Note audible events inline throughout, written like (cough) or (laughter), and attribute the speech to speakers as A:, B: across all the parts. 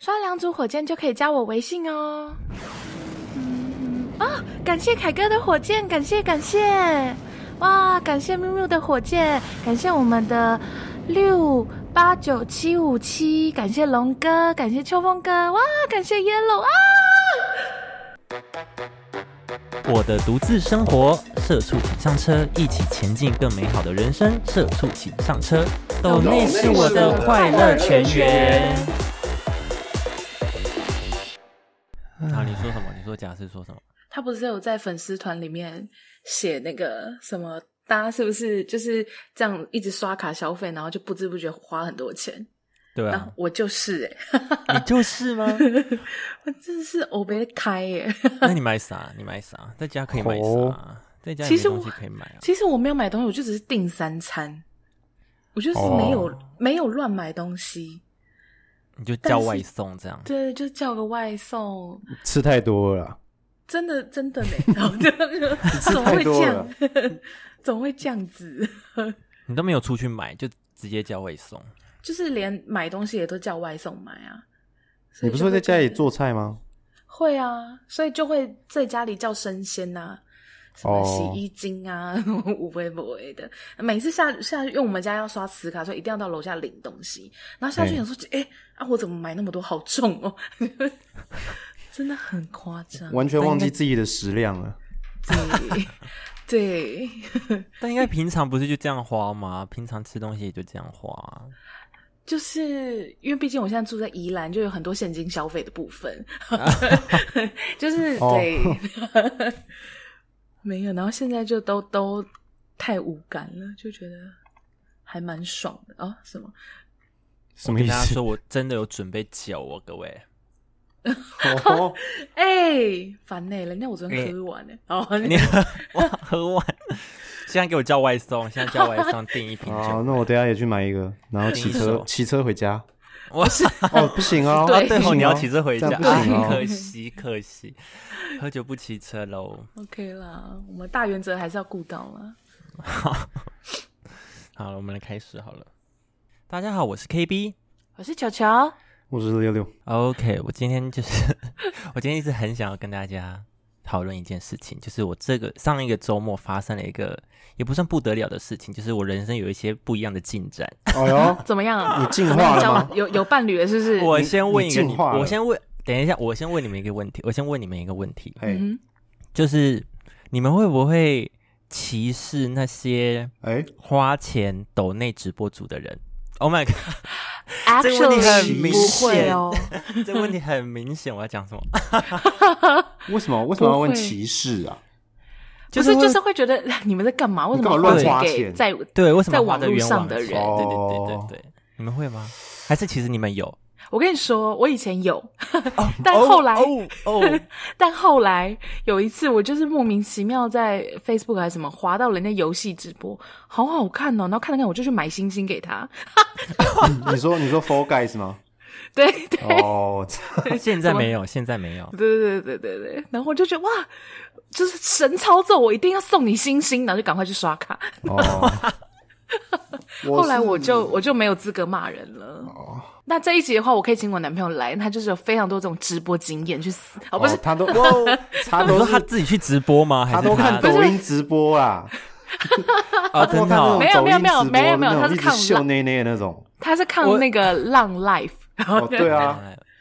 A: 刷两组火箭就可以加我微信哦。嗯哦，感谢凯哥的火箭，感谢感谢，哇，感谢木木的火箭，感谢我们的六八九七五七，感谢龙哥，感谢秋风哥，哇，感谢 yellow 啊！
B: 我的独自生活，社畜请上车，一起前进更美好的人生。社畜请上车，抖内是我的快乐泉源。啊，你说什么？你说贾斯说什么？
A: 他不是有在粉丝团里面写那个什么，大家是不是就是这样一直刷卡消费，然后就不知不觉花很多钱？
B: 对
A: 啊
B: 啊，，
A: 我就是哎、
B: 你就是吗？
A: (laughs) 我真的是我没开欸耶、
B: 那你买啥？你买啥？在家可以买啥
C: 哦？
B: 在家有
A: 其
B: 没
A: 实
B: 有
A: 我
B: 东西可以买啊。
A: (laughs) 其实我没有买东西，我就只是订三餐，我就是没有、
C: 哦
A: 没有乱买东西，
B: 你就叫外送这样。
A: 对，就叫个外送，
C: 吃太多了啦，
A: 真的真的呢，
C: (laughs)
A: 然后就总会
C: 太
A: 这
C: 多
A: 样 (laughs)
C: 了，
A: 总会这样子， (laughs)
B: 你都没有出去买，就直接叫外送。
A: 就是连买东西也都叫外送买啊。所
C: 你
A: 以
C: 不是
A: 就
C: 会在
A: 会
C: 家里
A: 变
C: 做菜吗？
A: 会啊，所以就会在家里叫生鲜呐、什么
C: 哦
A: 洗衣精啊， (laughs) 五味不味的。每次下下去，因为我们家要刷磁卡，所以一定要到楼下领东西。然后下去
C: 嗯
A: 想说，哎、啊，我怎么买那么多，好重哦， (laughs) 真的很夸张。
C: 完全忘记自己的食量了。
A: 对 (laughs) 对，
B: 但应该平常不是就这样花吗？平常吃东西也就这样花啊、
A: 就是因为毕竟我现在住在宜兰，就有很多现金消费的部分，
B: 啊
A: (laughs) 就是
C: 哦
A: 对，没有。然后现在就都都太无感了，就觉得还蛮爽的啊、什么？
C: 什么
B: 跟
C: 意
B: 大家
C: 思？
B: 说，我真的有准备酒哦，各位。 (laughs)
C: (laughs) 哦
A: 哎、烦呢、人家我昨天喝完呢、哦，
B: 哎你哇，喝完， (laughs) 现在给我叫外送，现在叫外送订一瓶
C: 好，
B: 酒。
C: 哦那我等一下也去买一个，然后骑
B: 你
C: 车
B: 说
C: 骑车回家。
B: (laughs) 我是
C: 哦，不行哦，
A: 对
B: 对
C: 不行
B: 哦，
C: 哦
B: 你要骑车回家，
C: 这样不行
B: 哎
C: 哦
B: 可。惜可惜，喝酒不骑车喽。
A: OK 啦，我们大原则还是要顾到啦。
B: 好了，我们来开始好了。大家好，我是 KB。
A: 我是球球，
C: 我是六六，
B: OK，我今天就是 (laughs) 我今天一直很想要跟大家讨论一件事情，就是我这个上一个周末发生了一个也不算不得了的事情，就是我人生有一些不一样的进展。
C: 哎呦，
A: 怎么样？
C: 你进化了
A: 交
C: 吗
A: 往？有有伴侣了是不是？
B: 我先问一个
C: 你
B: 你，
C: 进化了
B: 我先问，等一下，我先问你们一个问题，我先问你们一个问题，
C: 哎
A: 嗯
B: 就是你们会不会歧视那些
C: 哎，
B: 花钱抖内直播组的人？Oh my god，
A: 哼
B: 这个问题很
A: ，actually
B: 明
A: 不会
B: 显
A: 哦。
B: 这个问
A: (laughs)
B: 题很明显，我要讲什么？
C: 为什么为什么要问
A: 不会
C: 歧视啊？
A: 不
B: 就是
A: 是，
B: 会
A: 就是会觉得 (laughs) 你们在干嘛？为什么
C: 干嘛乱
A: 花
C: 花
A: 钱给
C: 钱
A: 在
B: 对，为什么
A: 在
B: 花
A: 网
B: 在
A: 络
B: 冤
A: 上
B: 枉
A: 的
B: 钱
A: 人
B: 对对
C: 哦
B: 对对对，你们会吗？还是其实你们有？
A: 我跟你说，我以前有， (laughs) 但后来，
B: 哦哦，
A: 但后来有一次，我就是莫名其妙在 Facebook 还是什么滑到人家游戏直播，好好看哦，然后看了看，我就去买星星给他。 (laughs)
C: 你说你说 Four Guys 吗？
A: 对对
C: 哦，
B: (laughs) 现在没有，现在没有。
A: 对对对对对，然后我就觉得哇，就是神操作，我一定要送你星星，然后就赶快去刷卡。
C: 哦，
A: 后来
C: 是
A: 我就我就没有资格骂人了。那这一集的话，我可以请我男朋友来，他就是有非常多这种直播经验去死哦，不是
C: 哦、他都哇， (laughs) 他
B: (laughs) 你
C: 都
B: 说他
C: 是
B: 自己去直播吗？还
C: 他
B: 是
C: 都看抖音直播啦， (laughs)
B: 啊，真的
C: 他
B: 哦
A: 没
C: 都
A: 有
C: 看
A: 没
C: 那
A: 有
C: 种抖音直播
A: 没有没有没有
C: 那
A: 他
C: 种
A: 是
C: 一直
A: 看我
C: 秀内内那
A: (laughs)
C: 种。
A: 他是看
B: 我
A: 那个浪 life，然后
C: 哦，对啊，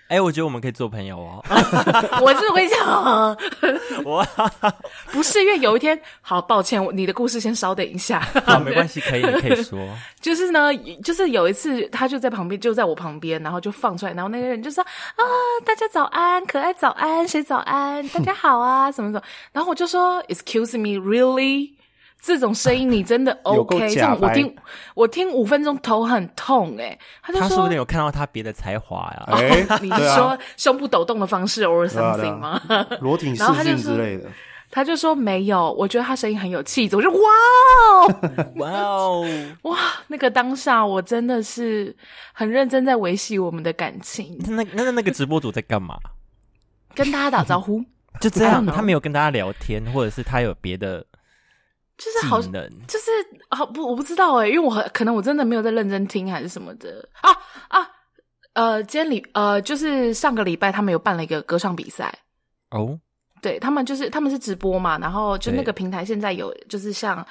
B: 哎，我觉得我们可以做朋友
C: (laughs)
B: 哦。
A: (laughs) 我就是我跟你讲，
B: 哇，
A: (laughs) 不是因为有一天，好抱歉，我你的故事先稍等一下，
B: 好没关系，可以，你可以说。
A: (laughs) 就是呢，就是有一次他就在旁边，就在我旁边，然后就放出来，然后那个人就说啊，大家早安，可爱早安，谁早安，大家好啊，什么什么，然后我就说，Excuse me，really。这种声音你真的
C: 有够
A: OK？这
C: 假
A: 种我
C: 白
A: 听我听五分钟头很痛哎、他就
B: (laughs) 他说
A: 说
B: 不定有看到他别的才华呀。
C: 哎、
A: (laughs) 你
C: 对
A: 是
C: 啊
A: 说，胸部抖动的方式 or
C: 对啊对
A: something
C: 啊
A: 吗？ (laughs)
C: 裸体视
A: 然后他就
C: 讯
A: 说
C: 之类 (laughs) 的，
A: 他就说没有，我觉得他声音很有气质，我就哇哦 (laughs)
B: 哇 (laughs) 哦，
A: 哇，那个当下我真的是很认真在维系我们的感情，
B: 那那那个直播主在干
A: (laughs)
B: 嘛？
A: 跟大家打招
C: (laughs)
A: 呼，
B: 就这样，
A: I don't know
B: 他没有跟大家聊天，或者是他有别的
A: 就是好
B: 技能。
A: 就是欸好不我不知道哎、因为我很可能我真的没有在认真听还是什么的啊啊。呃，今天礼呃，就是上个礼拜他们有办了一个歌唱比赛，
B: 哦，
A: 对他们就是他们是直播嘛，然后就
B: 对
A: 那个平台现在有就是像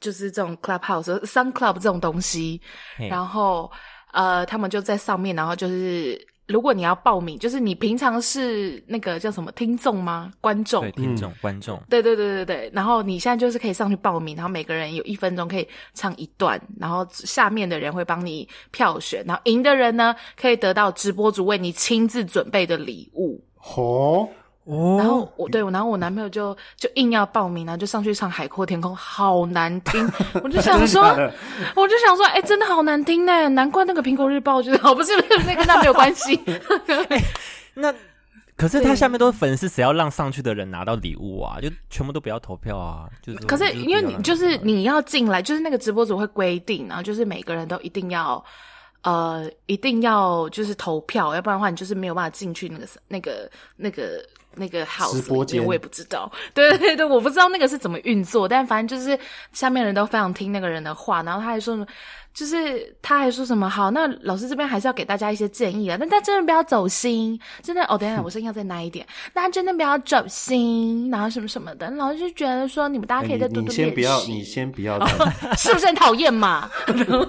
A: 就是这种 Clubhouse、Sun 呃 Club 这种东西，
B: 嘿
A: 然后呃，他们就在上面，然后就是如果你要报名，就是你平常是那个叫什么听众吗？观众
B: 对？听众、观众，
A: 对对对对对，然后你现在就是可以上去报名，然后每个人有一分钟可以唱一段，然后下面的人会帮你票选，然后赢的人呢可以得到直播主为你亲自准备的礼物。
C: 哦，
A: 然
B: 哦
A: 后，我对，然后我男朋友就就硬要报名，然啊后就上去唱《海阔天空》，好难听，我就想说，
C: (laughs) 真的假
A: 我就想说，哎、真的好难听呢，难怪那个《苹果日报》就是，哦，不是不是，那跟他没有关系，
B: 那可是他
A: 对
B: 下面都是粉丝，谁要让上去的人拿到礼物啊？就全部都不要投票啊！就是
A: 可是
B: 就不
A: 因
B: 要
A: 为你
B: 让
A: 就是
B: 投票
A: 你要进来，就是那个直播组会规定，然后就是每个人都一定要，呃，一定要就是投票，要不然的话你就是没有办法进去那个那个那个那个 house
C: 直播间
A: 里面我也不知道， (laughs) 对对对对，我不知道那个是怎么运作，但反正就是下面人都非常听那个人的话，然后他还说什么。就是他还说什么好，那老师这边还是要给大家一些建议啊，但他真的不要走心，真的哦。等一下，我声音要再奶一点， (laughs) 大家真的不要走心，然后什么什么的。老师就觉得说你们大
C: 哎
A: 家可以再多
C: 你
A: 多
C: 你
A: 练习。
C: 先不要，你先不要这样。
A: (laughs) 是不是很讨
B: (laughs)
A: 厌嘛？然后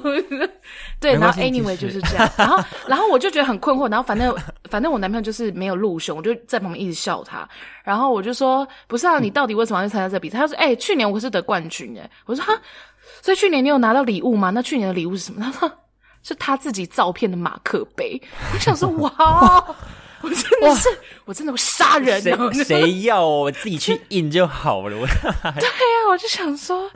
A: 对，
B: 没
A: 然
B: 关
A: 后
B: 系
A: anyway
B: 你继
A: 就
B: 续
A: 是这样，然后然后我就觉得很困惑，然后反正反正我男朋友就是没有入选，我就在旁边一直笑他，然后我就说不是啊，你到底为什么要去参加这比赛？他说哎、去年我可是得冠军哎，我说哈，所以去年你有拿到礼物吗？那去年的礼物是什么？他说是他自己照片的马克杯，我想说哇哦。
B: (laughs)
A: 我真的是，我真的会杀人啊！
B: 谁谁要哦我自己去印就好了。我
A: 对哎呀，我就想说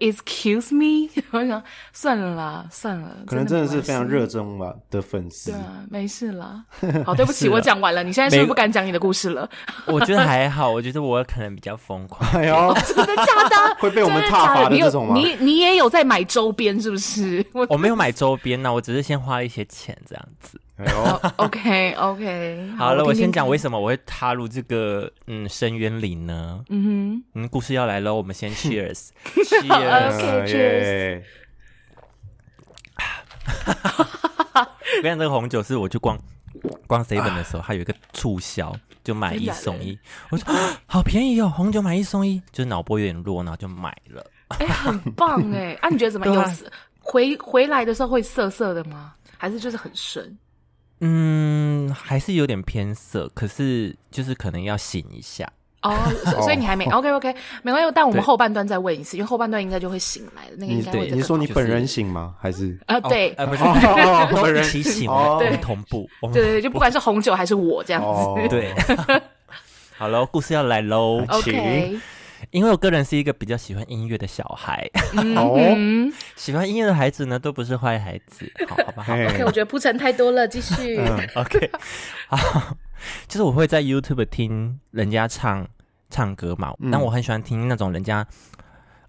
A: ，Excuse me，我 (laughs) 想算了啦，算了，
C: 可能真的是非常
A: 没关系
C: 热衷吧的粉丝
A: 对。啊，没事啦。好，对不起，
B: 没事
C: 啊
B: 啦
A: 我讲完了，你现在是不是
B: 没
A: 不敢讲你的故事了？
B: (laughs) 我觉得还好，我觉得我可能比较疯狂。
C: (laughs) 哎呦，
A: 真的假的？
C: (laughs) 会被我们
A: 真的
C: 踏
A: 假
C: 伐的
A: 你有
C: 这种吗
A: 你你也有在买周边是不是？我
B: 我没有买周边啊呐、我只是先花一些钱这样子。
C: 哎呦，
A: (laughs)
C: (laughs)
A: OK OK，
B: (laughs) 好了，我先讲为
A: 什
B: 什么我会踏入这个嗯深渊里呢？
A: 嗯
B: 嗯，故事要来喽，我们 (laughs) 先 cheers。
A: 呃
B: cheers！
A: OK，
C: 哎
A: cheers
B: 我跟你讲，这个红酒是我去逛逛 seven 的时候，它有一个促销，就买一送一。我说、啊好便宜哦，红酒买一送一，就是脑波有点弱，然后就买了。
A: 哼，哎，
C: (laughs)
A: 很棒哎！啊，你觉得怎么样？
B: 对啊
A: 有涩回回来的时候会涩涩的吗？还是就是很顺？
B: 嗯，还是有点偏涩，可是就是可能要醒一下。
A: 哦，所所以你还没 OK OK，没关系，但我们
B: 对
A: 后半段再问一次，因为后半段应该就会醒来了，那个应
B: 你
A: 该会
B: 对
A: 再
C: 你
A: 更
C: 说你
B: 就是
C: 本人醒吗？还是？
A: (laughs) 啊，对
B: 呃，不是，
C: 哦
B: 都一
C: (laughs)
B: 起醒，我哦
C: 对
B: 们同步。我们
A: 对对，对就不管是红酒还是我这样子。
C: 哦，
B: 对， (laughs) 好喽，故事要来喽。
A: (laughs) OK，
B: 因为我个人是一个比较喜欢音乐的小孩， (laughs)
C: 哦，
A: 嗯
B: 喜欢音乐的孩子呢都不是坏孩子，
A: (laughs)
B: 好好吧好
C: 嘿
A: ，OK，我觉得铺陈太多了，继续。
B: 嗯，OK，好，就是我会在 YouTube 听人家唱唱歌嘛，
C: 嗯
B: 但我很喜欢听那种人家。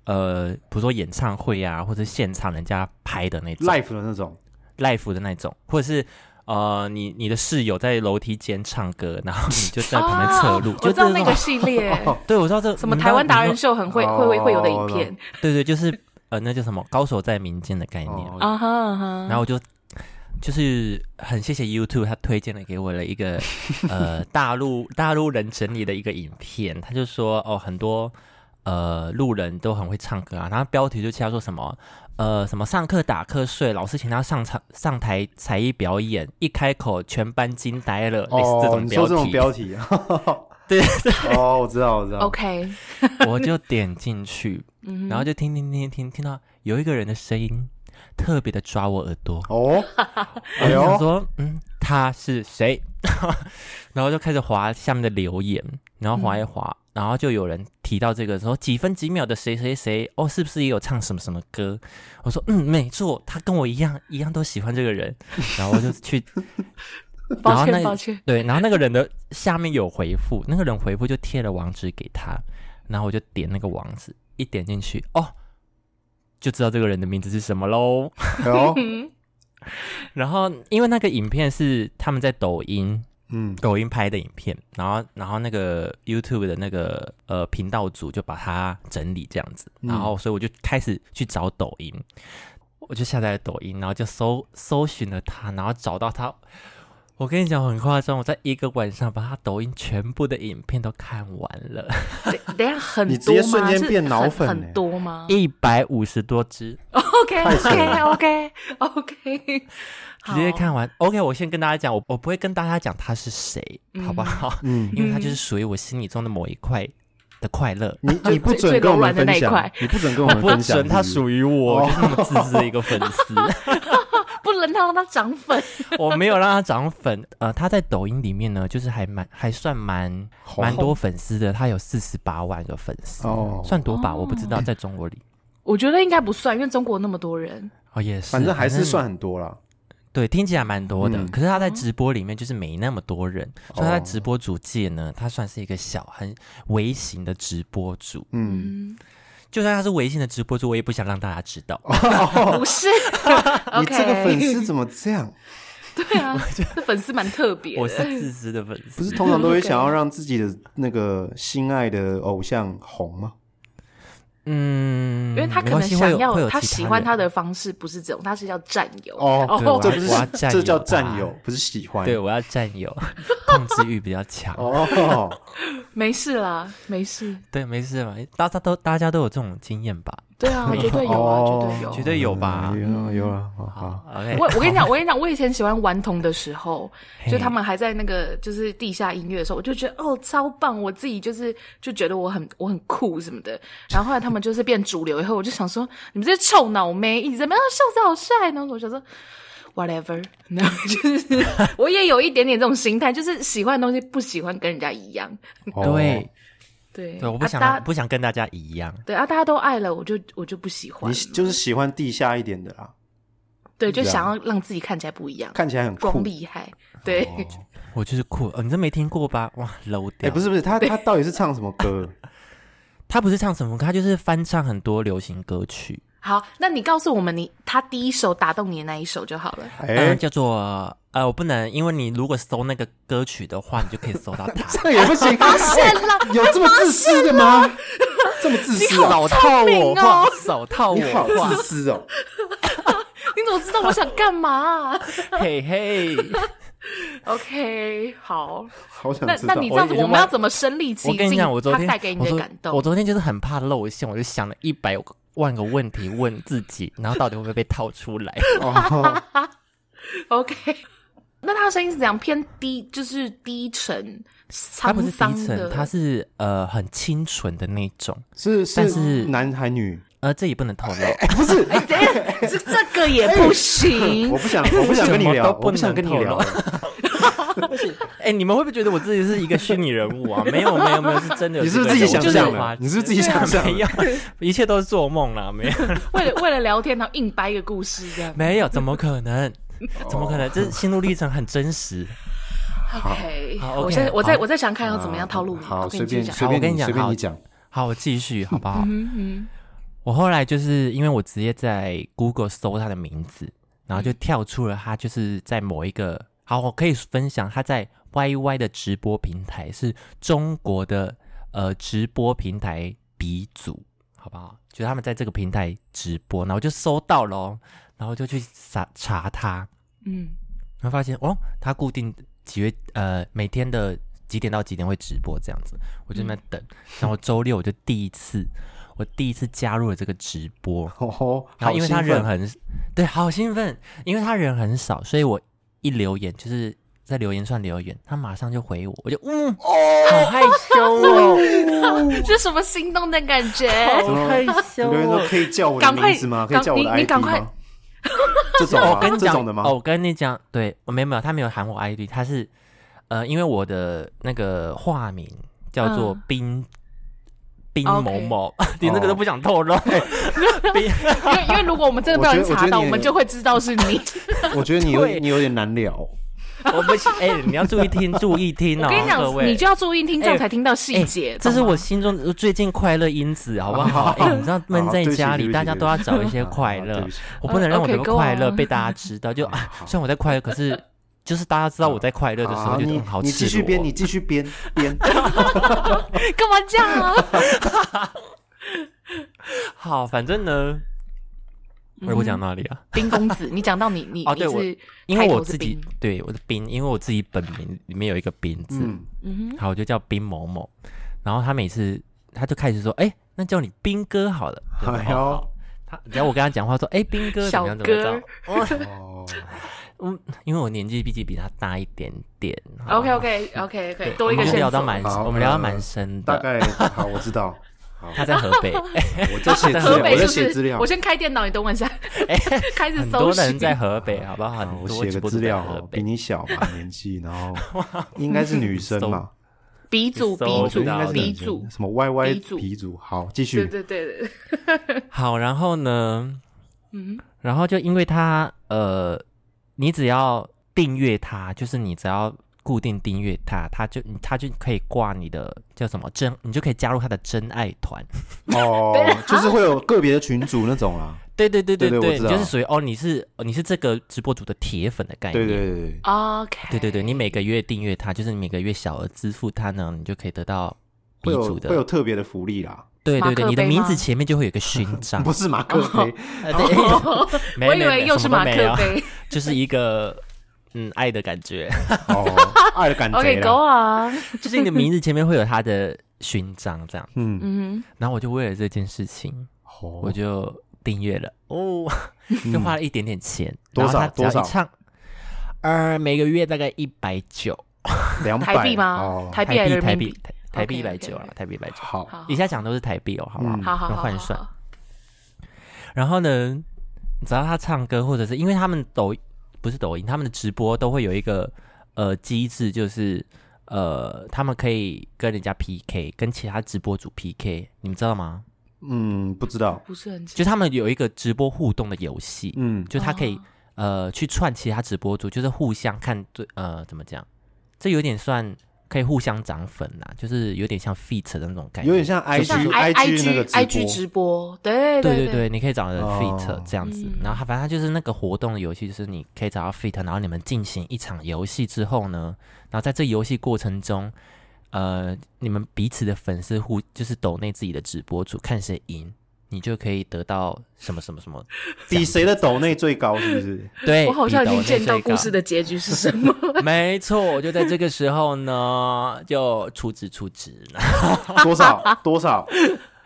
B: 呃，比如说演唱会啊，或者现场人家拍的那种
C: life 的那种，
B: live 的那种，或者是呃，你你的室友在楼梯间唱歌，然后你就在旁边侧录，
A: 哦
B: 就
A: 我知道那
B: 这
A: 个
B: 种
A: 系
B: (laughs)
A: 列，
B: 对，我知道这
A: 什么
B: 你知
A: 台
B: 道哦
A: 湾达
B: 你
A: 人秀很会会会会有的影片
B: 对对，就是呃，那叫什么高手在民间的概念。
C: 哦
A: 啊哈啊哈。
B: 然后我就就是很谢谢 YouTube，他推荐了给我了一
C: (laughs)
B: 个呃大陆大陆人整理的一个影片，他就说哦很多呃路人都很会唱歌啊，然后标题就叫说什么。呃，什么上课打瞌睡，老师请他上场上台才艺表演，一开口全班惊呆了，类似这
C: 哦，
B: 种
C: 你
B: 标
C: 说这种
B: 题，
C: 标题啊？
A: (laughs)
B: 对
C: 哦，我知道，我知道。
A: OK，嗯
B: 我就点进
C: (laughs)
B: 去，
C: 嗯
B: 然后就听听听听听到有一个人的声音特别的抓我耳朵，
A: (laughs)
C: 哦，
B: 我
C: 哎
B: 就想
C: 呦，
B: 说，嗯，他是谁？ (laughs) 然后就开始划下面的留言，然后划一划，
C: 嗯
B: 然后就有人提到这个说几分几秒的谁谁谁，哦，是不是也有唱什么什么歌？我说，嗯，没错，他跟我一样，一样都喜欢这个人。然后我就
C: (laughs)
B: 去，然
A: 抱
B: 后
A: 歉
B: 那
A: 抱歉，
B: 对，然后那个人的下面有回复，那个人回复就贴了网址给他，然后我就点那个网址，一点进去，哦，就知道这个人的名字是什么喽。
C: 哎
A: (laughs)
C: 呦，
B: (laughs)
A: 嗯
B: 然后因为那个影片是他们在抖音
C: 嗯，
B: 抖音拍的影片，然后然后那个 YouTube 的那个呃频道组就把它整理这样子，
C: 嗯
B: 然后所以我就开始去找抖音，我就下载了抖音，然后就搜搜寻了他，然后找到他。我跟你讲很夸张，我在一个晚上把他抖音全部的影片都看完了，
A: 等等一下很多
C: 你
A: 吗？
C: 直接瞬间
A: 是
C: 变脑
A: 很
C: 粉欸
A: 很多吗
B: 一百五十多支，
A: ？OK
C: 太神
A: OK
C: 了
A: OK OK，
B: 直接看完。OK，我先跟大家讲，我我不会跟大家讲他是谁，好不好？
C: 嗯，
B: 因为他就是属于我心里中的某一块的快乐。
C: 你你不
A: 最最
C: 准跟我
A: 柔
C: 们
A: 软的
C: 分
A: 那一
C: 享
A: 块，
C: 你不准跟我
B: 我 (laughs)
C: 们
B: 不
C: 分享，哦
B: 准他
C: 是不
B: 属于我，我就是那么自私的一个粉
C: (laughs)
B: 丝。
A: 不能让它涨粉。
B: 我没有让他涨粉，呃，他在抖音里面呢，就是还蛮还算蛮
C: 红
B: 蛮多粉丝的，他有四十八万个粉丝，
C: 哦
B: 算多吧？我不知道，在中国里
A: 我觉得应该不算，因为中国那么多人。
B: 哦也
C: 是
B: 是，
C: 反正还是算很多啦。
B: 对，听起来蛮多的。
C: 嗯
B: 可是他在
A: 哦
B: 直播里面就是没那么多人，所以他在
C: 哦
B: 直播主界呢，他算是一个小很微型的直播主。
C: 嗯，
A: 嗯，
B: 就算他是微型的直播主，我也不想让大家知道。
A: 哦嗯
B: (laughs)
A: 不是。
C: 你
A: 嗯 OK，
C: 这个粉丝怎么这样？
A: (laughs) 对啊，这粉丝蛮特别的。
B: 我是自私的粉丝，
C: 不是通常都会想
A: 嗯
C: 要让自己的那个心爱的偶像红吗？
B: 嗯，
A: 因为他可
B: 没关
A: 能
B: 系会
A: 想
B: 有会
A: 要
B: 有
A: 他
B: 其
A: 喜欢
B: 人
A: 他的方式不是这种，他是要占有。
B: 对我要
C: 哦，这不
B: 我要
C: 是
B: 占
C: 这
B: 有
C: 叫
B: 他
C: 占有，不是喜欢。
B: 对，我要占有， (laughs) 控制欲比较强。
A: (laughs)
C: 哦，
A: 没事啦，没事。
B: 对，没事嘛，大家都大家都有这种经验吧？
A: 对啊，绝对有啊，绝对
C: 哦
A: 有，
B: 绝对有吧嗯
C: 有啊有啊，好好，
B: ，OK，
A: 我我跟你讲，我跟你讲，我以前喜欢顽童的时候，就他们还在那个就是地下音乐的时候，我就觉得哦超棒，我自己就是就觉得我很我很酷什么的。然后后来他们就是变主流以后，我就想说你们这些臭脑妹一直在那边啊瘦子好帅，然后我想说 whatever，然后就是我也有一点点这种心态，就是喜欢的东西不喜欢跟人家一样。
C: 哦
B: 对，
A: 对，
B: 对，我不
A: 啊
B: 想
A: 大
B: 让
A: 家
B: 不想跟大家一样，
A: 对啊，大家都爱了，我就我就不喜
C: 哦
A: 欢
C: 你，就是喜欢地下一点的啦，
A: 对，就
C: 这样
A: 想要让自己看起来不一样，
C: 看起来很
A: 光
C: 酷。哦
A: 厉害，对。
B: 我就是酷，呃你这没听过吧？哇，low 掉。
C: 哎，不，是不是，他他到底是唱什么
B: (laughs)
C: 歌？
B: 他不是唱什么歌，他就是翻唱很多流行歌曲，
A: 好，那你告诉我们你他第一首打动你的那一首就
B: (laughs)
A: 好了。
B: 嗯，
C: 哎，。
B: 叫做呃，我不能，因为你如果搜那个歌曲的话，你就可以搜到他
C: (laughs) 这也不行，发现了， (laughs) 有这么自私的吗？ (laughs) 这么自私啊，
B: 老套我
A: 明哦
B: 话，少套
C: (laughs) 你
B: 我
C: 好
B: 话，
C: 自私哦。
A: 你怎么知道我想
B: (laughs)
A: 干嘛、
B: 嘿嘿。
A: o k 好，
C: 好想
A: 那
C: 知
A: 那
C: 道，哦
A: 你这样子，我们要怎么身临
B: 我
A: 其
B: 跟你
A: 境？
B: 讲，我昨天
A: 他带给你
B: 我
A: 的
B: 昨
A: 感
B: 我
A: 动，
B: 昨天就是很怕露馅，我就想了一百万个问题问自己，然后到底会不会被套出
A: (laughs)
B: 来？
C: 哦
A: OK。那 (laughs) 他的声音是怎样？偏低，就是低沉、
B: 它不
A: 沧
B: 是
A: 桑
B: 低
A: 的。
B: 沉，它是呃很清纯的那种， (laughs)
C: 是
B: 但是哎
C: 男还女？ (laughs)
B: 呃这也不能透露。
C: 不是，
A: 等一下 (laughs) 这这个也不
B: (laughs)
A: 行
C: 我。不想，我不想跟你
B: 什么
C: 聊，
B: 都不
C: 我不想跟你
B: 能透
C: 聊
B: 露。哎、你们会不会觉得我自己是一个虚拟人物啊？没有没有没有，是真的有
C: 你是
B: 这
C: 不
B: 个人。
C: 是自己想象
B: 我就是花
C: 的？你是不是自己想象
B: 没
C: 的？
B: 有，一切都是做梦啦，没有
A: 为了为了聊天，然后硬掰一个故事这样。
B: 没有，怎么可能？怎么可能？这心路历程很真实。
A: OK，
B: 好
A: 我
B: OK，
A: 现在我在
B: 好
A: 我在想看要怎么样套路你。
C: 好，
A: OK，
C: 随
A: 你
C: 便
A: 继续讲。嗯
B: (laughs)
C: 随
B: 好我
C: 便
B: 跟你讲
C: 随便
B: 好
C: 你讲。
B: 好，我继续好不好？我后来就是因为我直接在 Google 搜他的名字，然后就跳出了他就是在某一个好，我可以分享他在 YY 的直播平台是中国的呃直播平台鼻祖，好不好？就他们在这个平台直播，然后我就搜到了、哦，然后就去查查他，
A: 嗯，
B: 然后发现哦，他固定几月呃每天的几点到几点会直播这样子，我就在那
C: 嗯
B: 等。然后周六我就第一次，我第一次加入了这个直播， (laughs)
C: 哦，
B: 然
C: 好
B: 后因为他
C: 兴奋
B: 人很对，好兴奋，因为他人很少，所以我一留言就是在留言串留言，他马上就回我，我就嗯，
C: 哦
B: 好害羞
C: (laughs)
B: 哦，
A: (laughs) 这什么心动的感觉？
B: 好害 (laughs) 羞
C: 有人说
B: 哦。
C: 可以叫我的
A: 赶快
C: 名字吗？可以叫我的
A: 赶你你
C: ID
A: 赶快
C: 吗？ (laughs) 这种
B: 哦，
C: 吗
B: 我跟你
C: 这
B: 讲
C: 种的吗？
B: 哦，我跟你讲，对，我没有没有，他没有喊我 ID，他是呃，因为我的那个化名叫做
A: 嗯
B: 冰冰
A: OK
B: 某某， (laughs) 连这个都不想透露。
C: 哦
B: (laughs)
A: (laughs)
B: 冰
A: 因为因为如果我们真的不小心
C: 我觉得
A: 查到，
C: 我觉得你
A: 我们就会知道是你。
B: (laughs)
C: 我觉得你有
B: 对
C: 你有点难聊。哦
B: 我不行，哎、你要注意听，注意听哦，
A: 我跟你
B: 各
A: 讲，
B: 位。
A: 你就要注意听，这样
B: 哎
A: 才听到细
B: 哎
A: 节。
B: 这是
A: 懂吗
B: 我心中最近快乐因子，好不好？
C: (laughs)
B: 哎、你知道闷在家里，
C: 好对不起
B: 大家都要找一些 (laughs) 快
C: 好对
B: 乐
C: 不起，
B: 我不能让我的
A: 哦 OK，go
B: 快乐
A: on
B: 被大家知道。就啊， (laughs) 虽然我在快乐，可是就是大家知道我在快乐的时候，
C: 好
B: 就觉得
C: 你
B: 嗯好
C: 你
B: 赤
C: 继续
B: 裸
C: 编，你继续编
D: (laughs)
C: 编。
A: 干嘛这样啊？
B: 好，反正呢，我我讲哪里啊？
D: 冰公子，你讲到你你
B: 哦
D: 你
B: 对我
D: 是
B: 因为
D: 嗯开头
B: 我
D: 是
B: 自己
D: 冰
B: 对我的冰，因为我自己本名里面有一个冰字，
D: (laughs)
C: 嗯，
D: 嗯
B: 好，我就叫冰某某。然后他每次他就开始说，哎、那叫你冰哥好了。我就说
C: 哎呦
B: 哦好他只要我跟他讲话说，哎、冰哥怎么
D: 小
B: 样怎么
D: 哥
B: 样？
C: 哦，
B: 嗯，因为我年纪毕竟比他大一点点。
D: 哼，OK
B: 好
D: OK OK
B: 哦对
D: OK，多一个
B: 我们
D: 线
B: 聊
D: 索。
B: 到蛮，
C: 好
B: 我们聊到
C: 呃
B: 蛮深
C: 大
B: 的。
D: (laughs)
C: 概好，我知道。好，
B: 他在河北，
C: 我在写资
D: 河
C: 料，
D: 北
C: 我在
D: 是
C: 写
D: 不
C: 资
D: 是？
C: 料
D: 我。先开电脑，你等我一下， (laughs) 开始
B: 哎很
D: 搜
B: 多
D: 寻
B: 人。在河北，好不好？
C: 好
B: 很
C: 啊我
B: 多
C: 写
B: 直
C: 个
B: 播
C: 资
B: 主在
C: 料
B: 河
C: 哦，比
B: 北。
C: 你小吧
D: (laughs)
C: 年纪，然后应该是女生嘛，
D: 鼻祖
B: 搜
D: 鼻
B: 我
D: 祖
B: 知
C: 应
B: 道
C: 该是
D: 鼻
C: 女
D: 祖
C: 生，，什么 YY
D: 鼻祖
C: 鼻祖。好，继
D: 对
C: 续。
D: 对对对，
B: 好，然后呢？
D: 嗯，
B: 然后就因为他呃，你只要订阅他，就是你只要固定订阅他，他就他就可以挂你的叫什么真，你就可以加入他的真爱团。 (laughs)
C: 哦， (laughs) 就是会有个别的群组那种
D: (laughs)
C: 啦。
B: 对对对
C: 对对
B: 对，
C: 我知
B: 你
C: 道
B: 就是属于哦，你是哦你是这个直播主的铁粉的
D: 哎
B: 概念。
C: 对对对对，
D: OK，
B: 对对对你每个月订阅他，就是你每个月小额支付他呢，你就可以得到鼻
C: 会有
B: 祖
C: 会
B: 的。
C: 有特别的福利啦，
B: 对对
D: 马
B: 对，
D: 克
B: 你的
D: 杯
B: 名
D: 吗
B: 字前面就会有一个勋
D: 啊 (laughs)
B: 章
C: 不。是马克杯，
B: 呃对 (laughs) 没
D: 哦我
B: 没
D: 以为
B: 没
D: 又
B: 什
D: 是
B: 么
D: 马
B: 都没有
D: 克杯。 (laughs)
B: 就是一个嗯爱的感觉。 (laughs)
C: 哦，爱的感
D: (laughs)
C: 觉
D: OK，Go
C: 啦。
D: on。
B: 就是你的名字前面会有他的勋章这样。
C: 嗯，
D: 嗯
B: 然后我就为了这件事情，我
C: 哦，
B: 就订阅了哦，就花了一点点钱，
C: 嗯多少
B: 然后他只要
C: 多少
B: 一唱，呃，每个月大概一百九
C: 两
D: 哼，
C: 百
D: 台币吗
C: 哦？，
D: 台币
B: 台
D: 还是
B: 币，
D: 人
B: 台
D: 民
B: 币
D: 币？，
B: 台台币一百
D: OK，OK，OK
B: 九了，啊台币一百九。
C: 好，
D: 好
B: 以下讲都是台币哦，好不好？
C: 嗯
D: 好好好，
B: 换
D: 好
B: 算。
D: 好
B: 然后呢，只要他唱歌，或者是因为他们抖不是抖音，他们的直播都会有一个呃机制，就是呃他们可以跟人家 PK，跟其他直播主 PK，你们知道吗？
C: 嗯，不知道，
D: 不是很知
B: 就他们有一个直播互动的游戏，
C: 嗯，
B: 就他可以、
D: 哦
B: 呃去串其他直播主，就是互相看对呃怎么讲，这有点算可以互相涨粉呐、就是有点像 feat 的那种概念，
C: 有点像 IG
D: 像 I
C: IG 那
D: G
C: 个
D: IG 直播，对
B: 对
D: 对
B: 对，你可以找人
C: 哦
B: feat 这样子，
D: 嗯
B: 然后他反正他就是那个活动的游戏，就是你可以找到 feat，然后你们进行一场游戏之后呢，然后在这游戏过程中，呃，你们彼此的粉丝互就是抖内自己的直播主，看谁赢。你就可以得到什么什么什么
C: 比谁的抖内最高，是不是？
B: 对，哎
D: 我好像已经见到
B: 比抖
D: 故
B: 内最高
D: 事的结局是什
B: (laughs)
D: 么。
B: 没错，我就在这个时候呢，就出职出职，
D: (laughs)
C: 多少多少？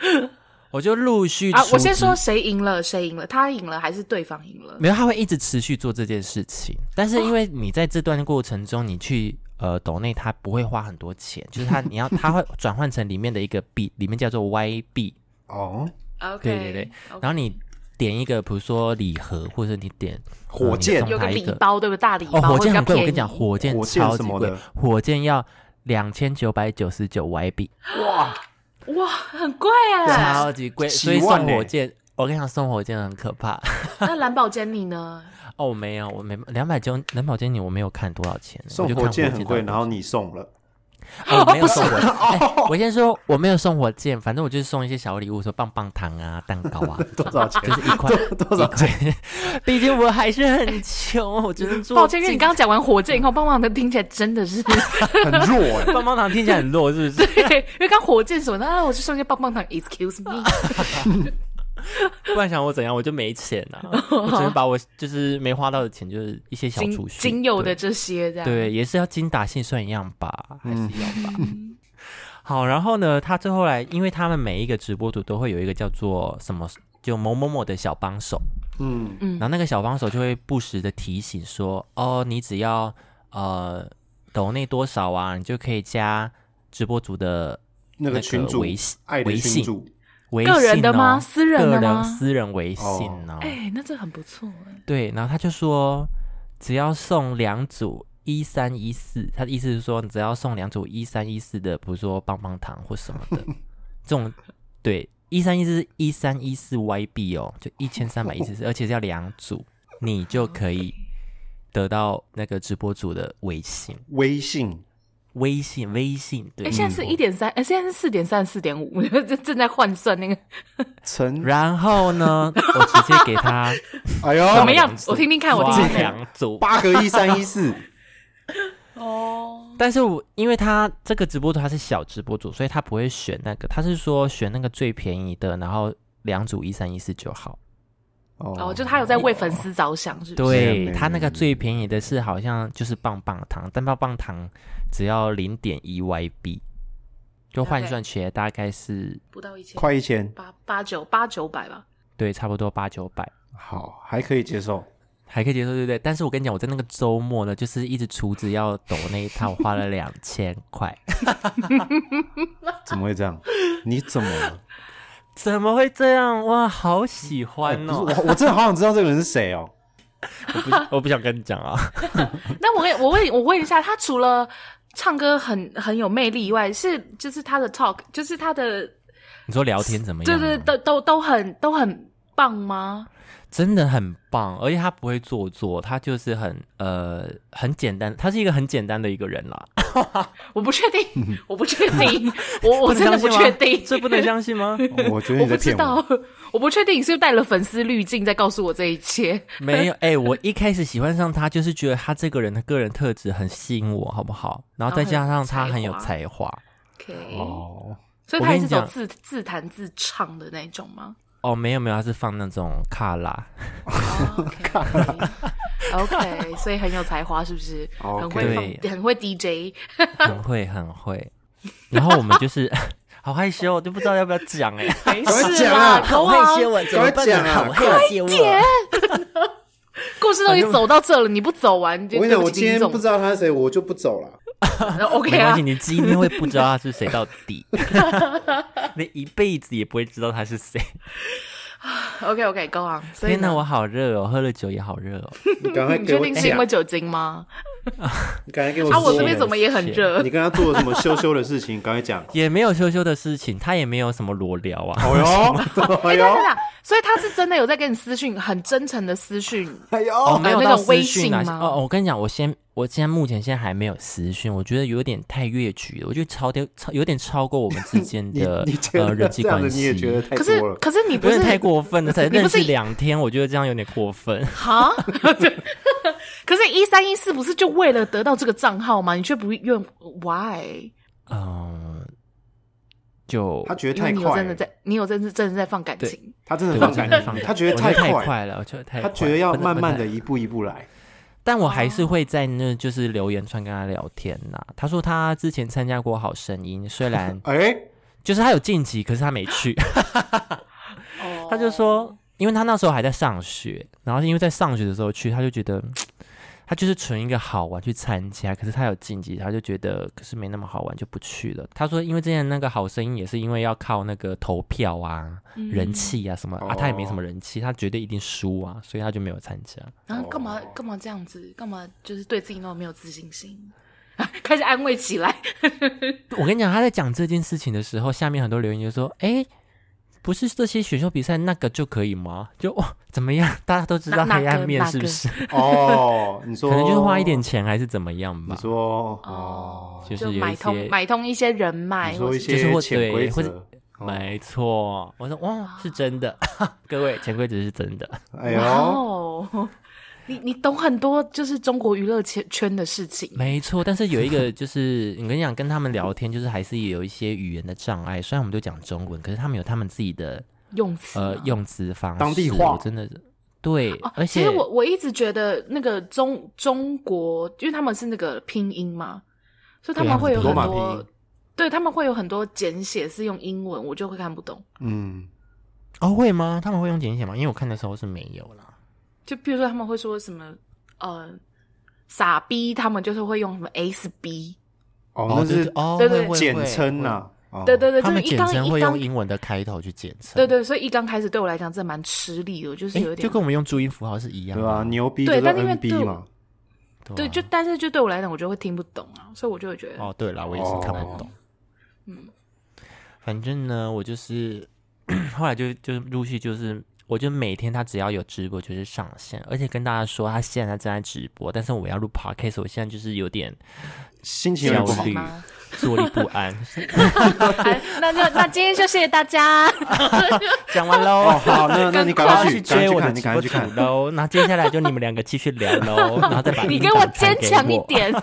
B: (laughs) 我就陆续
D: 啊
B: 出！
D: 我先
B: 职
D: 说谁赢了，谁赢了，他赢了还是对方赢了？
B: 没有，他会一直持续做这件事情，但是因为你在这段过程中，你去呃抖内，他不会花很多钱， (laughs) 就是他你要他会转换成里面的一个币，里面叫做 Y 币，
C: 哦，
D: OK，
B: 对对对
D: OK
B: 然后你点一个，比如说礼盒，或者是你点
C: 火箭
B: 呃你
D: 有
B: 送
D: 个
B: 他一
D: 礼
B: 个
D: 包，对不对？大礼包
B: 哦，火箭
D: 会
B: 很
D: 比较
B: 贵，我跟
D: 便宜
B: 你讲，火箭
C: 火箭
B: 超
C: 什
B: 级
C: 么
B: 贵
C: 的，
B: 火箭要两千九百九十九 Y 币，
D: 哇， (laughs) 很贵哎。
B: 超级贵，
C: 几
B: 所以
C: 万欸
B: 送
C: 呢
B: 火箭，我跟你讲，送火箭很可怕。
D: 那蓝宝坚尼呢？
B: 哦，我没有，我没两百九两百九，你我没有看多少钱，我
C: 送
B: 就看
C: 火箭很贵，
B: 到
C: 然后你送了，
D: (laughs)
B: 哦我没有
D: 不是哦
B: 送火箭。哎我先说我没有送火箭，反正我就是送一些小礼物，说棒棒糖啊、蛋糕啊，
C: 多少
B: (laughs)
C: 钱
B: 就？是
D: (laughs)
B: 一块
C: (laughs) 多少钱？
B: 一块毕竟我还是很穷，我只能做。
D: 抱歉，因为你刚刚讲完火箭以后，棒棒糖听起来真的
B: (laughs)
D: 是，
C: 很弱哎。
B: 棒棒糖听起来很弱，是不是？
D: 对，因为刚火箭什么的，啊，我就送一些棒棒糖，Excuse me，
B: 不然想我怎样？我就没钱
D: (laughs)
B: 啊，我只能把我就是没花到的钱，就是一些小储
D: 仅
B: 蓄，
D: 仅有的
B: 对
D: 这些这样。嗯
B: 对，也是要精打细算一样吧，还是要吧。好，然后呢，他最后来，因为他们每一个直播主都会有一个叫做什么，就某某某的小帮手，
C: 嗯，
B: 然后那个小帮手就会不时的提醒说，哦，你只要呃抖内多少啊，你就可以加直播主的
C: 那个群主
B: 微信
C: 爱的
B: 微
C: 群
B: 信
C: 主，
B: 微信、哦、
D: 个人的吗私人的
B: 个
D: 吗
B: 人私人微信哦。
D: 哎，那这很不错哎。
B: 对，然后他就说，只要送两组一三一四，他的意思是说，你只要送两组一三一四的，比如说棒棒糖或什么的，这种对一三一四一三一四 YB 哦，就一千三百一十四，而且是要两组，你就可以得到那个直播主的微信，
C: 微信
B: 微信，微信，对，嗯
D: 哎，现在是一点三，哎，现在是四点三、四点五， (laughs) 正正在换算那个
C: 陈，
B: 然后呢，我直接给
D: (laughs)
B: 他
C: 哎呦，
D: 怎么样？哦我听听看，我听听
B: 刷
D: 看。
B: 两组，
C: 八个一三
D: (laughs)
C: 一四，
D: 哦，
B: 但是我因为他这个直播主他是小直播主，所以他不会选那个，他是说选那个最便宜的，然后两组一三一四就好。
A: 哦，
C: 哦
A: 就他有在为粉丝着想，是不是？
B: 对
C: 是
B: 它那个最便宜的是好像就是棒棒糖，但棒棒糖只要零点一 YB，就换
A: OK
B: 算起来大概是
A: 不到一千，
C: 快一千，
A: 八八九八九百吧。 (laughs)
B: 对差不多八九百，
C: 好，还可以接受。
B: 还可以接受，对不对？但是我跟你讲，我在那个周末呢，就是一直厨子要抖那一套，我花了两千块，
C: 怎么会这样？你怎么了？
B: (laughs) (laughs) 怎么会这样？哇，好喜
C: 哎
B: 欢
C: 不是
B: 哦！
C: 我我真的好想知道这个人是谁哦。
B: 我 (laughs) 不，我不想跟你讲啊。
A: 那我也我问我问一下，他除了唱歌很很有魅力以外，是就是他的 talk，就是他的
B: 你说聊天怎么样？啊
A: 对对，都都都很都很棒吗？
B: 真的很棒，而且他不会做作，他就是很呃很简单，他是一个很简单的一个人啦。
A: 我不确
B: (laughs)
A: 定，我不确定，我 (laughs) 我真的不
B: 能相信
A: 确
B: 吗
A: 定，
B: (laughs) 这
A: (laughs)
B: 不能相信吗？
C: 哦我觉得你
A: 我不
C: 在
A: 知
C: 骗
A: 道， (laughs) 我不确定你是不是带了粉丝滤镜在告诉我这一切。
B: 没有，哎、我一开始喜欢上他，就是觉得他这个人的个人特质很吸引我，好不好？然后再加上他很有才华。
A: OK，、
C: 哦。
A: 所以他也是
B: 我跟你
A: 走
B: 讲
A: 自自弹自唱的那种吗
B: 哦，没有没有，他是放那种卡
A: (laughs)
B: 拉，
A: ？OK，OK，所以很有才华，是不是
C: OK
A: 很会放，很会 DJ。
B: 很会很会。然后我们就是 (laughs) 好害羞，我就不知道要不要讲哎、
A: 没
C: 赶快
A: 事
C: 讲
A: 啦
C: 啊，
A: 国王，
B: 我
C: 怎么办啊好
B: 害羞啊！
A: 故事都已经走到这了，你不走完，就
C: 我跟你
A: 对
C: 讲，
A: 不
C: 我
A: 起
C: 今天
A: 林
C: 不
A: 总
C: 知道他是谁，我就不走了。
A: OK
B: 没关
A: 啊
B: 系，，你今天会不知道他是谁到底，你一辈子也不会知道他是谁。
A: OK OK，go on。所以
B: 天哪，
A: 呢，
B: 我好热哦，喝了酒也好热哦。
C: 你赶快
A: 你
C: 给
A: 确
C: 我
A: 定是因
C: 讲
A: 为，酒精吗？
C: 你赶快给我
A: 啊，
C: 说。
A: 我这边怎么也很热
C: 你？跟他做了什么羞羞的事情？赶快讲。
B: 也没有羞羞的事情，他也没有什么裸聊啊。
C: 哦哟，哎
A: 哎，
C: 呦
A: 等，等，所以他是真的有在跟你私讯，很真诚的私讯。
C: 哎
B: 哦，
C: 呦，
B: 没有
A: 那
B: 到
A: 种微
B: 私讯啊
A: 信吗。
B: 哦，哦我跟你讲，我先，我现在目前现在还没有私讯，我觉得有点太越矩了，我觉得超掉超有点超过我们之间
C: 你
B: 的
C: 你觉
B: 呃
C: 得
B: 人际
C: 这样
B: 关
C: 子
B: 系。
C: 你也觉得太
A: 可是
C: 多了？
A: 可是你不
B: 有
A: 是
B: 点太过分了，才
A: 你不
B: 认
A: 是
B: 识两天，我觉得这样有点过分。
A: 哈？可是，一三一四不是就为了得到这个账号吗？你却不愿 why？
B: 嗯，就
C: 他觉得太
A: 因为你有
C: 快
A: 真的
C: 了，
A: 在，你有真的真的在放感情。
C: 他真的
B: 对
C: 放
B: 我真
C: 感
B: 的
C: 情
B: 放，
C: 他觉得
B: 我觉
C: 太
B: 得太
C: 快，
B: 了，我觉得太
C: 他
B: 快
C: 觉得要
B: 不能
C: 慢
B: 不
C: 慢
B: 能哦
C: 的一步一步来。
B: 但我还是会在那就是留言串跟他聊天呐、他说他之前参加过《好声音》，虽
C: (laughs)
B: 然
C: 哎，
B: 就是他有晋级，可是他没去。(laughs)
A: 哦
B: 他就说，因为他那时候还在上学，然后因为在上学的时候去，他就觉得他就是纯一个好玩去参加，可是他有晋级，他就觉得可是没那么好玩就不去了。他说，因为之前那个好声音也是因为要靠那个投票啊、
C: 嗯
B: 人气啊什么啊，
C: 哦
B: 他也没什么人气，他绝对一定输啊，所以他就没有参加。
A: 然啊后干嘛干嘛这样子？干嘛就是对自己那么没有自信心？ (laughs) 开始安慰起来。
B: 我跟你讲，他在讲这件事情的时候，下面很多留言就说：“哎、不是这些选秀比赛那个就可以吗？就哇怎么样？大家都知道
A: 哪
B: 黑
A: 哪个
B: 暗面
A: 哪
B: 是不
A: 个
B: 是？
C: 哦，你
B: 可
C: 说
B: 能就是花一点，钱还是怎么样
C: 你
B: 吧？
C: 说哦，
B: 就
A: 就是
B: 有
A: 买
B: 一
A: 通
B: 些，
A: 买通一些人脉，
C: 你
A: 或
C: 说一
A: 是
B: 就是
C: 些
B: 或
C: 潜
B: 对
C: 规
B: 或者
C: 则，哦
B: 没错。我说哇，是真的， (laughs) 各位潜规则是真的。
C: 哎呦，
A: 哇哦， (laughs) 你你懂很多就是中国娱乐圈圈的事情。
B: 没错，但是有一个就是，嗯我跟你讲，跟他们聊天就是还是有一些语言的障碍。虽然我们都讲中文，可是他们有他们自己的
A: 用词
B: 呃
A: 吗
B: 用词方式，
C: 当地话
B: 我真的是对，
A: 哦，
B: 而
A: 其
B: 且
A: 实我我一直觉得那个中中国，因为他们是那个拼音嘛，所以他
B: 对
A: 们
B: 他们
A: 会有
B: 是罗
A: 很
B: 马
C: 拼
A: 多
C: 音，
A: 对他们会有很多简写是用英文，我就会看不懂。
C: 嗯，
B: 哦，会吗？他们会用简写吗？因为我看的时候是没有啦。
A: 就比如说他们会说什么呃傻逼，他们就是会用什么 S B，
C: 哦，那
B: 对
C: 是
B: 哦，
A: 对
B: 会
A: 对
B: 会
C: 简
B: 会
C: 称
B: 会
C: 呐，哦
A: 对对对，
B: 他
A: 就是
B: 们
A: 一
B: 简
A: 刚
B: 称
A: 一
B: 会
A: 刚
B: 用，英文的开头去简称。
A: 对对，所以一刚开始对我来讲这蛮吃力的，我就是
B: 诶，
A: 有点
B: 就跟我们用注音符号是一样
C: 对
B: 的
C: 吧？牛逼就
A: 对
C: 是
A: 但是因为
C: NB
A: 对
C: 嘛，
B: 对
A: 对，
B: 啊
A: 就但是就对我来讲，我就会听不懂啊，所以我就会觉得，
B: 哦，对了，我也是看不懂。嗯，反正呢，我就是 (clears throat) 后来就就陆续就是，我就每天他只要有直播就是上线，而且跟大家说他现在正在直播，但是我要录 podcast，我现在就是有点
C: 心情有
B: 焦
C: 点不好
A: 急
B: 虑
A: 吗、 (laughs)
B: 坐立不安。 (laughs)
A: 哎那就那今天就谢谢大
B: (laughs)
A: 家。
B: 讲完喽。
C: 哦，好，那那你赶
B: 大家
C: 快去，赶快
B: 追
C: 去
B: 我的
C: 看，你
B: 直
C: 赶
B: 播
C: 快去
B: 主
C: 看，
B: 喽。那接下来就你们两个继续聊
C: (laughs)
B: 喽，然后再把
A: 你
B: 音
A: 给
B: 档
A: 我
B: 传
A: 坚
B: 给
A: 强一
B: 我。 (laughs)
A: 点。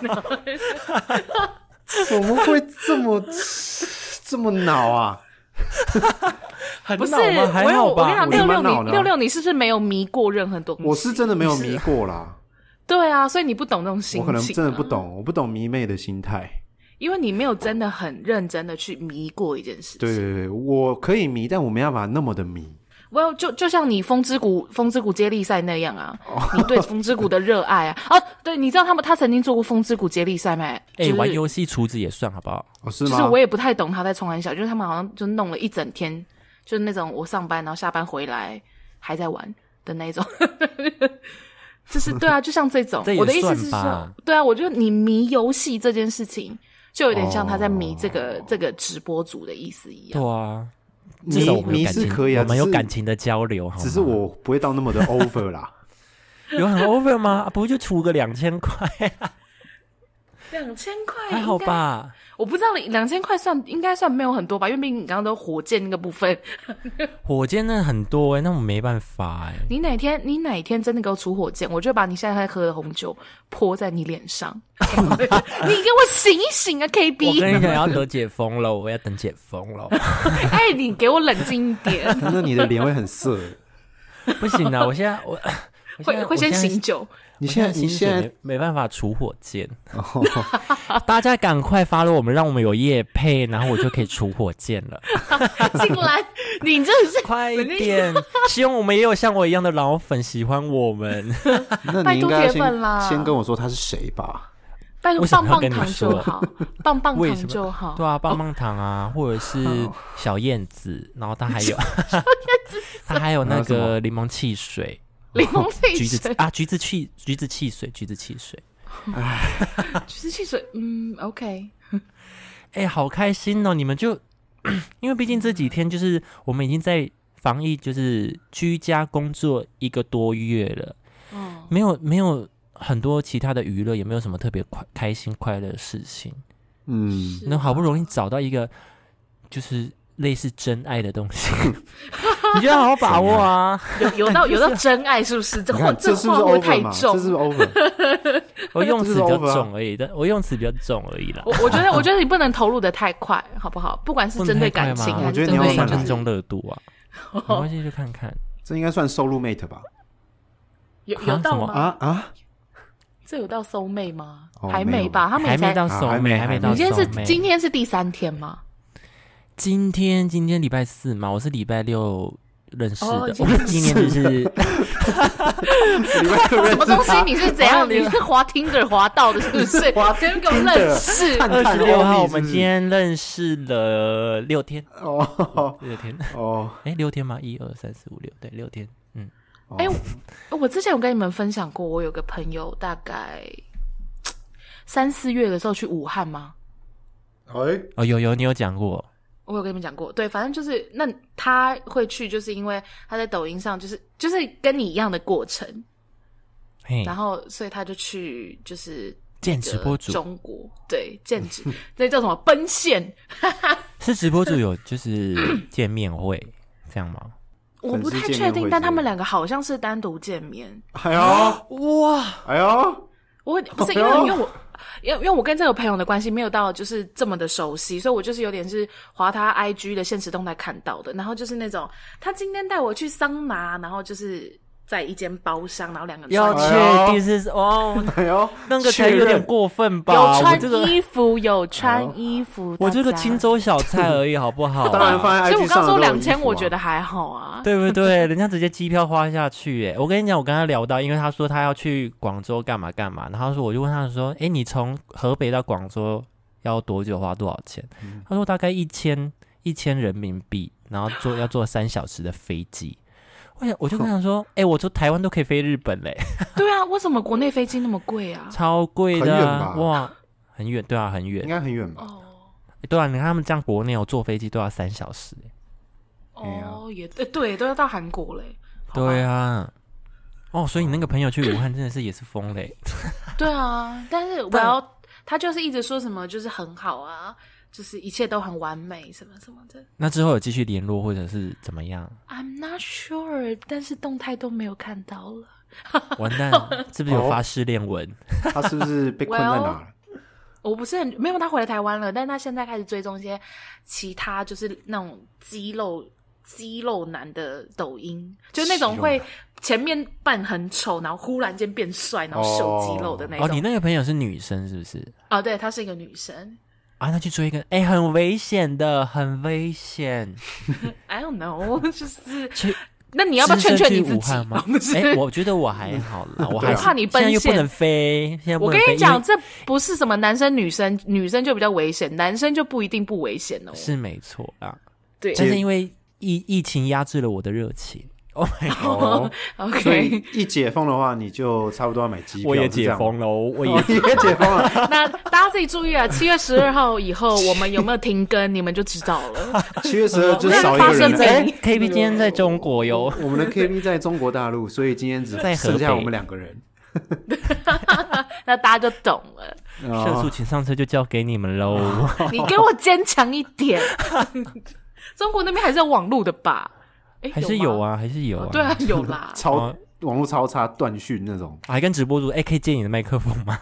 C: 怎么会这么这么恼啊？
B: 很
A: 不是，
B: 恼吗？
A: 我
B: 还
A: 有
B: 好
A: 我跟
B: 吧
A: 你讲，？
C: 我
A: 六
C: 蛮
A: 六
C: 恼
A: 你
C: 的
B: 啊
A: 六六你是不是没有迷过任何东西？
C: 我是真的没有迷过啦，
A: 对啊，所以你不懂那种心
C: 我可能
A: 情
C: 真的不
A: 啊，
C: 懂，我不懂迷妹的心态。
A: 因为你没有真的很认真的去迷过一件事情。
C: 对对对，我可以迷，但我没办法那么的迷。
A: Well，就就像你风之谷风之谷接力赛那样啊，你对风之谷的热爱啊。哦，对，你知道他们他曾经做过风之谷接力赛吗？
B: 哎、
A: 就是
B: 玩游戏厨子也算好不好？
C: 哦，是
A: 就
C: 吗？
A: 是我也不太懂他在冲很小，就是他们好像就弄了一整天，就是那种我上班然后下班回来还在玩的那一种。 (laughs) 就是对啊，就像这种
B: (laughs) 这，也
A: 我的意思
B: 算
A: 是说
B: 吧，
A: 对啊，我觉得你迷游戏这件事情，就有点像他在迷这个、
C: 哦
A: 这个直播组的意思一样。
B: 对啊，
C: 迷
B: 至少我们有
C: 迷
B: 感
C: 是
B: 情，
C: 可以啊，
B: 我们有
C: 只是
B: 感，情的交流，好吗
C: 只是我不会到那么的 over 啦。
B: 有很 over 吗？啊不就出个两千块，
A: 两千块
B: (laughs) 还好？吧？
A: 我不知道两千块算应该算没有很多吧，因为毕竟你刚刚都火箭那个部分， (laughs)
B: 火箭真的很多哎、那我没办法哎、
A: 你哪天你哪天真的给我出火箭，我就把你现在在喝的红酒泼在你脸
B: (laughs)
A: 上，你给我醒一醒啊，K
B: 我
A: B！
B: 跟你讲，要等解封了，我要等解封
A: (laughs)
B: 了，
A: 哎，你给我冷静一
B: (laughs)
A: 点，
C: 但是你的脸会很涩。
B: 不行啊！我现在我我现在
A: 会会
B: 我
A: 先
B: 现在 (laughs)
A: 醒酒。
C: 你
B: 我现
C: 现在
B: 在
C: 你
B: 心
C: 现
B: 血
C: 在
B: 没没办法除火箭， (laughs) 大家赶快发了我们，让我们有夜配，然后我就可以除火箭了，
A: 竟然你真的是
B: (laughs) 快一点！希望我们也有像我一样的老粉喜欢我 (laughs) 们。
C: 那
A: 拜
C: 你应
A: 托
C: 该要
A: 铁粉啦
C: 先先跟我说他是谁吧？
A: 拜
B: (laughs)
A: 托
B: 为什
A: 棒
B: 么要
A: 棒
B: 跟你
A: 糖
B: 说
A: 就好，棒棒
B: 为
A: 糖
B: 什
A: 就
B: 么？
A: 好。
B: 对啊，棒棒糖啊，或者是小燕子，然后它还 (laughs) 有，它还有那
C: 还有什
B: 个柠檬汽水、
A: (laughs) 柠檬
B: 橘子
A: 汽水，
B: 啊，橘子汽橘子汽水、橘子汽水。
A: 橘子汽水，嗯，OK。
B: 哎、好开心哦！你们就因为毕竟这几天就是我们已经在防疫，就是居家工作一个多月了，
A: 哦，
B: 没有没有很多其他的娱乐，也没有什么特别快开心快乐的事情。
C: 嗯，
B: 那好不容易找到一个就是类似真爱的东西，
A: (laughs)
B: 你就要好好把握啊！
A: 有有到有到真爱是不是？这
C: 你
A: 话
C: 看这
A: 这
C: 是不
A: 话
C: 是
A: 会不
C: over
A: 会太
C: 嘛？
A: 重
C: 这，是不是 over？
B: 我用词比较
C: 这是 over 啊
B: 重而已，但我用词比较重而已啦
A: 我。我觉得，我觉得你不能投入的太快，好不好？不管是
B: 不能
A: 针对
B: 太快
A: 感情哦
B: 吗
A: 还
C: 我
A: 是
C: 觉
A: 针
C: 得你要
A: 对
B: 三
C: 算
A: 就
B: 分
A: 是
B: 钟热度啊，没关系，就看看。
C: 这应该算收入 mate 吧？
A: 有
B: 啊
A: 有到
B: 什么
A: 吗？
C: 啊啊！ (laughs)
A: 这有到收妹吗？
C: 哦
A: 还
C: 没
A: 没
C: 有
A: 吧？他们也
B: 还没
A: 才
B: 到
C: 啊
B: 手
C: 还没
B: 还没
C: 还
B: 到
A: 你
B: 手
C: 没
B: 没
A: 今天是今天是第三天吗？
B: 今天今天礼拜四嘛，我是礼拜六认识的，
A: 哦已经
B: 我们今天就是
A: 什么东西？你是怎
C: (laughs)
B: 好
A: 样？
B: 你
A: 你是滑 Tinder 滑到的，是不是？滑 t i 给我认识。
C: 看
B: (laughs) 二
C: 看
B: 十六号，
C: 欧
B: 我
C: 米是
B: 们
C: 不是
B: 今天认识了六天，
C: 哦
B: 六天，
C: 哦，
B: 哎，六天吗？一二三四五六，对，六天，嗯，
A: 哎，我我之前有跟你们分享过，我有个朋友大概三四月的时候去武汉吗？
C: 哎，
B: 哦，有有，你有讲过，
A: 我有跟你们讲过，对，反正就是那他会去，就是因为他在抖音上，就是就是跟你一样的过程，
B: 嘿
A: 然，后所以他就去就是
B: 见嗯直播
A: 呃
B: 主
A: 中国，对，兼职，这叫什么奔现？
B: 是直播主有 (coughs) 就是见面会这样吗？
A: 我不太
C: 粉丝见
A: 确
C: 面会
A: 定，但
C: 之
A: 他们
C: 类的
A: 两个好像是单独见面。
C: 哎呦
B: 哇，
C: 哎呦，
A: 我不是因为因为我。因为因为我跟这个朋友的关系没有到就是这么的熟悉，所以我就是有点是划他 IG 的现实动态看到的，然后就是那种他今天带我去桑拿，然后就是在一间包厢，然后两个人
B: 要
A: 穿
B: 确定是哦，
C: 哎呦，
B: 那个才有
C: 确
B: 点
C: 认
B: 过分吧？
A: 有
B: 我
A: 穿
B: 这个
A: 衣服，有穿衣服，
B: 我这个
A: 大家
B: 青。州小菜而已，好不好？
C: (laughs) 当然放在
A: 所以我
C: IG 上
A: 刚
C: 的
A: 说
C: 都有
A: 两
C: 衣服啊
A: 千，我觉得还好 (laughs) 啊。
B: 对不对？人家直接机票花下去，哎，我跟你讲，我跟他聊到，因为他说他要去广州干嘛干嘛，然后他说我就问他说，哎，你从河北到广州要多久，花多少钱？他说大概一千一千人民币，然后坐要坐三小时的飞机。我想，我就跟他说，哎、我从台湾都可以飞日本嘞，
A: (laughs) 对啊，为什么国内飞机那么贵啊？
B: 超贵的啊、
C: 很远吧
B: 哇，很远，对啊，很远
C: 应，该很远吧？
A: 哦
B: 诶对啊，你看他们这样国内我坐飞机都要三小时，诶
A: 哦，也对，对，都要到韩国嘞。好吧
B: 哎对啊，哦，所以你那个朋友去武汉真的是也是疯嘞，
A: 对啊，但是我
B: 但
A: 要他就是一直说什么就是很好啊，就是一切都很完美什么什么的。
B: 那之后有继续联络或者是怎么
A: (laughs)
B: 样？
A: I'm not sure，但是动态都没有看到了。
B: 完蛋，是不
A: 哦
B: 是有发失恋文？
C: 他是不是被困在哪了？
A: 我不是很没有，他回来台湾了，但他现在开始追踪一些其他就是那种肌肉肌肉男的抖音，就是那种会
C: 肌
A: 前面扮很丑，然后忽然间变帅，然后秀肌肉的那
B: 哦，
A: 种。
B: 你那个朋友是女生是不是？
A: 哦，对，她是一个女生。
B: 啊，那去追一个，哎、很危险的，很危险。
A: I don't know，就是 (laughs)
B: 去，
A: 那你要不要劝劝你自
B: 只身去武
A: 己
B: 汉吗？
A: (laughs) 不是
B: 哎、我觉得我还好
A: (laughs)
B: 啦，我
C: 对
B: 还
C: 啊
B: 是
A: 怕你奔
B: 现在又不
A: 现
B: 能飞，现在不
A: 我
B: 能
A: 跟
B: 飞
A: 你讲，
B: 因
A: 这不是什么男生女生，女生就比较危险，男生就不一定不危险哦
B: 为。是没错啊，
A: 对
B: 但是因为疫疫情压制了我的热情。Oh my god！
C: 哦， (laughs) 所以
A: ，OK，
C: 一解封的话，你就差不多要买机票，
B: 我也
C: 是这
B: 解
C: 样吗
B: 封了，我也
C: 哦你 (laughs) 也解封了，
A: (laughs) 那大家自己注意啊，七月十二号以后我们有没有停更，你们就知道
B: (laughs)
A: 了。
C: 七月十二就
A: 那
C: 少一
A: 发
C: 个人
A: 生
C: 了。
A: 在
C: 哎
A: 你
B: K B 今天在中国哟，
C: 我们的 KB 在中国大陆，所以今天只
B: 在河
C: 剩下
B: 北
C: 我们两个人。
A: 那大家就懂了。
B: 社畜
C: 哦，。
B: 请上车就交给你们喽。
A: 你给我坚强一点。
B: (laughs)
A: 中国那边还是有网路的吧？哎，
B: 还是有
A: 吗。
B: 啊，还是有啊。
A: 对啊，有啦
B: (laughs)
C: 超
B: 哦
C: 网络超差断讯那种，
B: 啊，还跟直播主哎、可以借你的麦克风
A: (laughs)
B: 吗？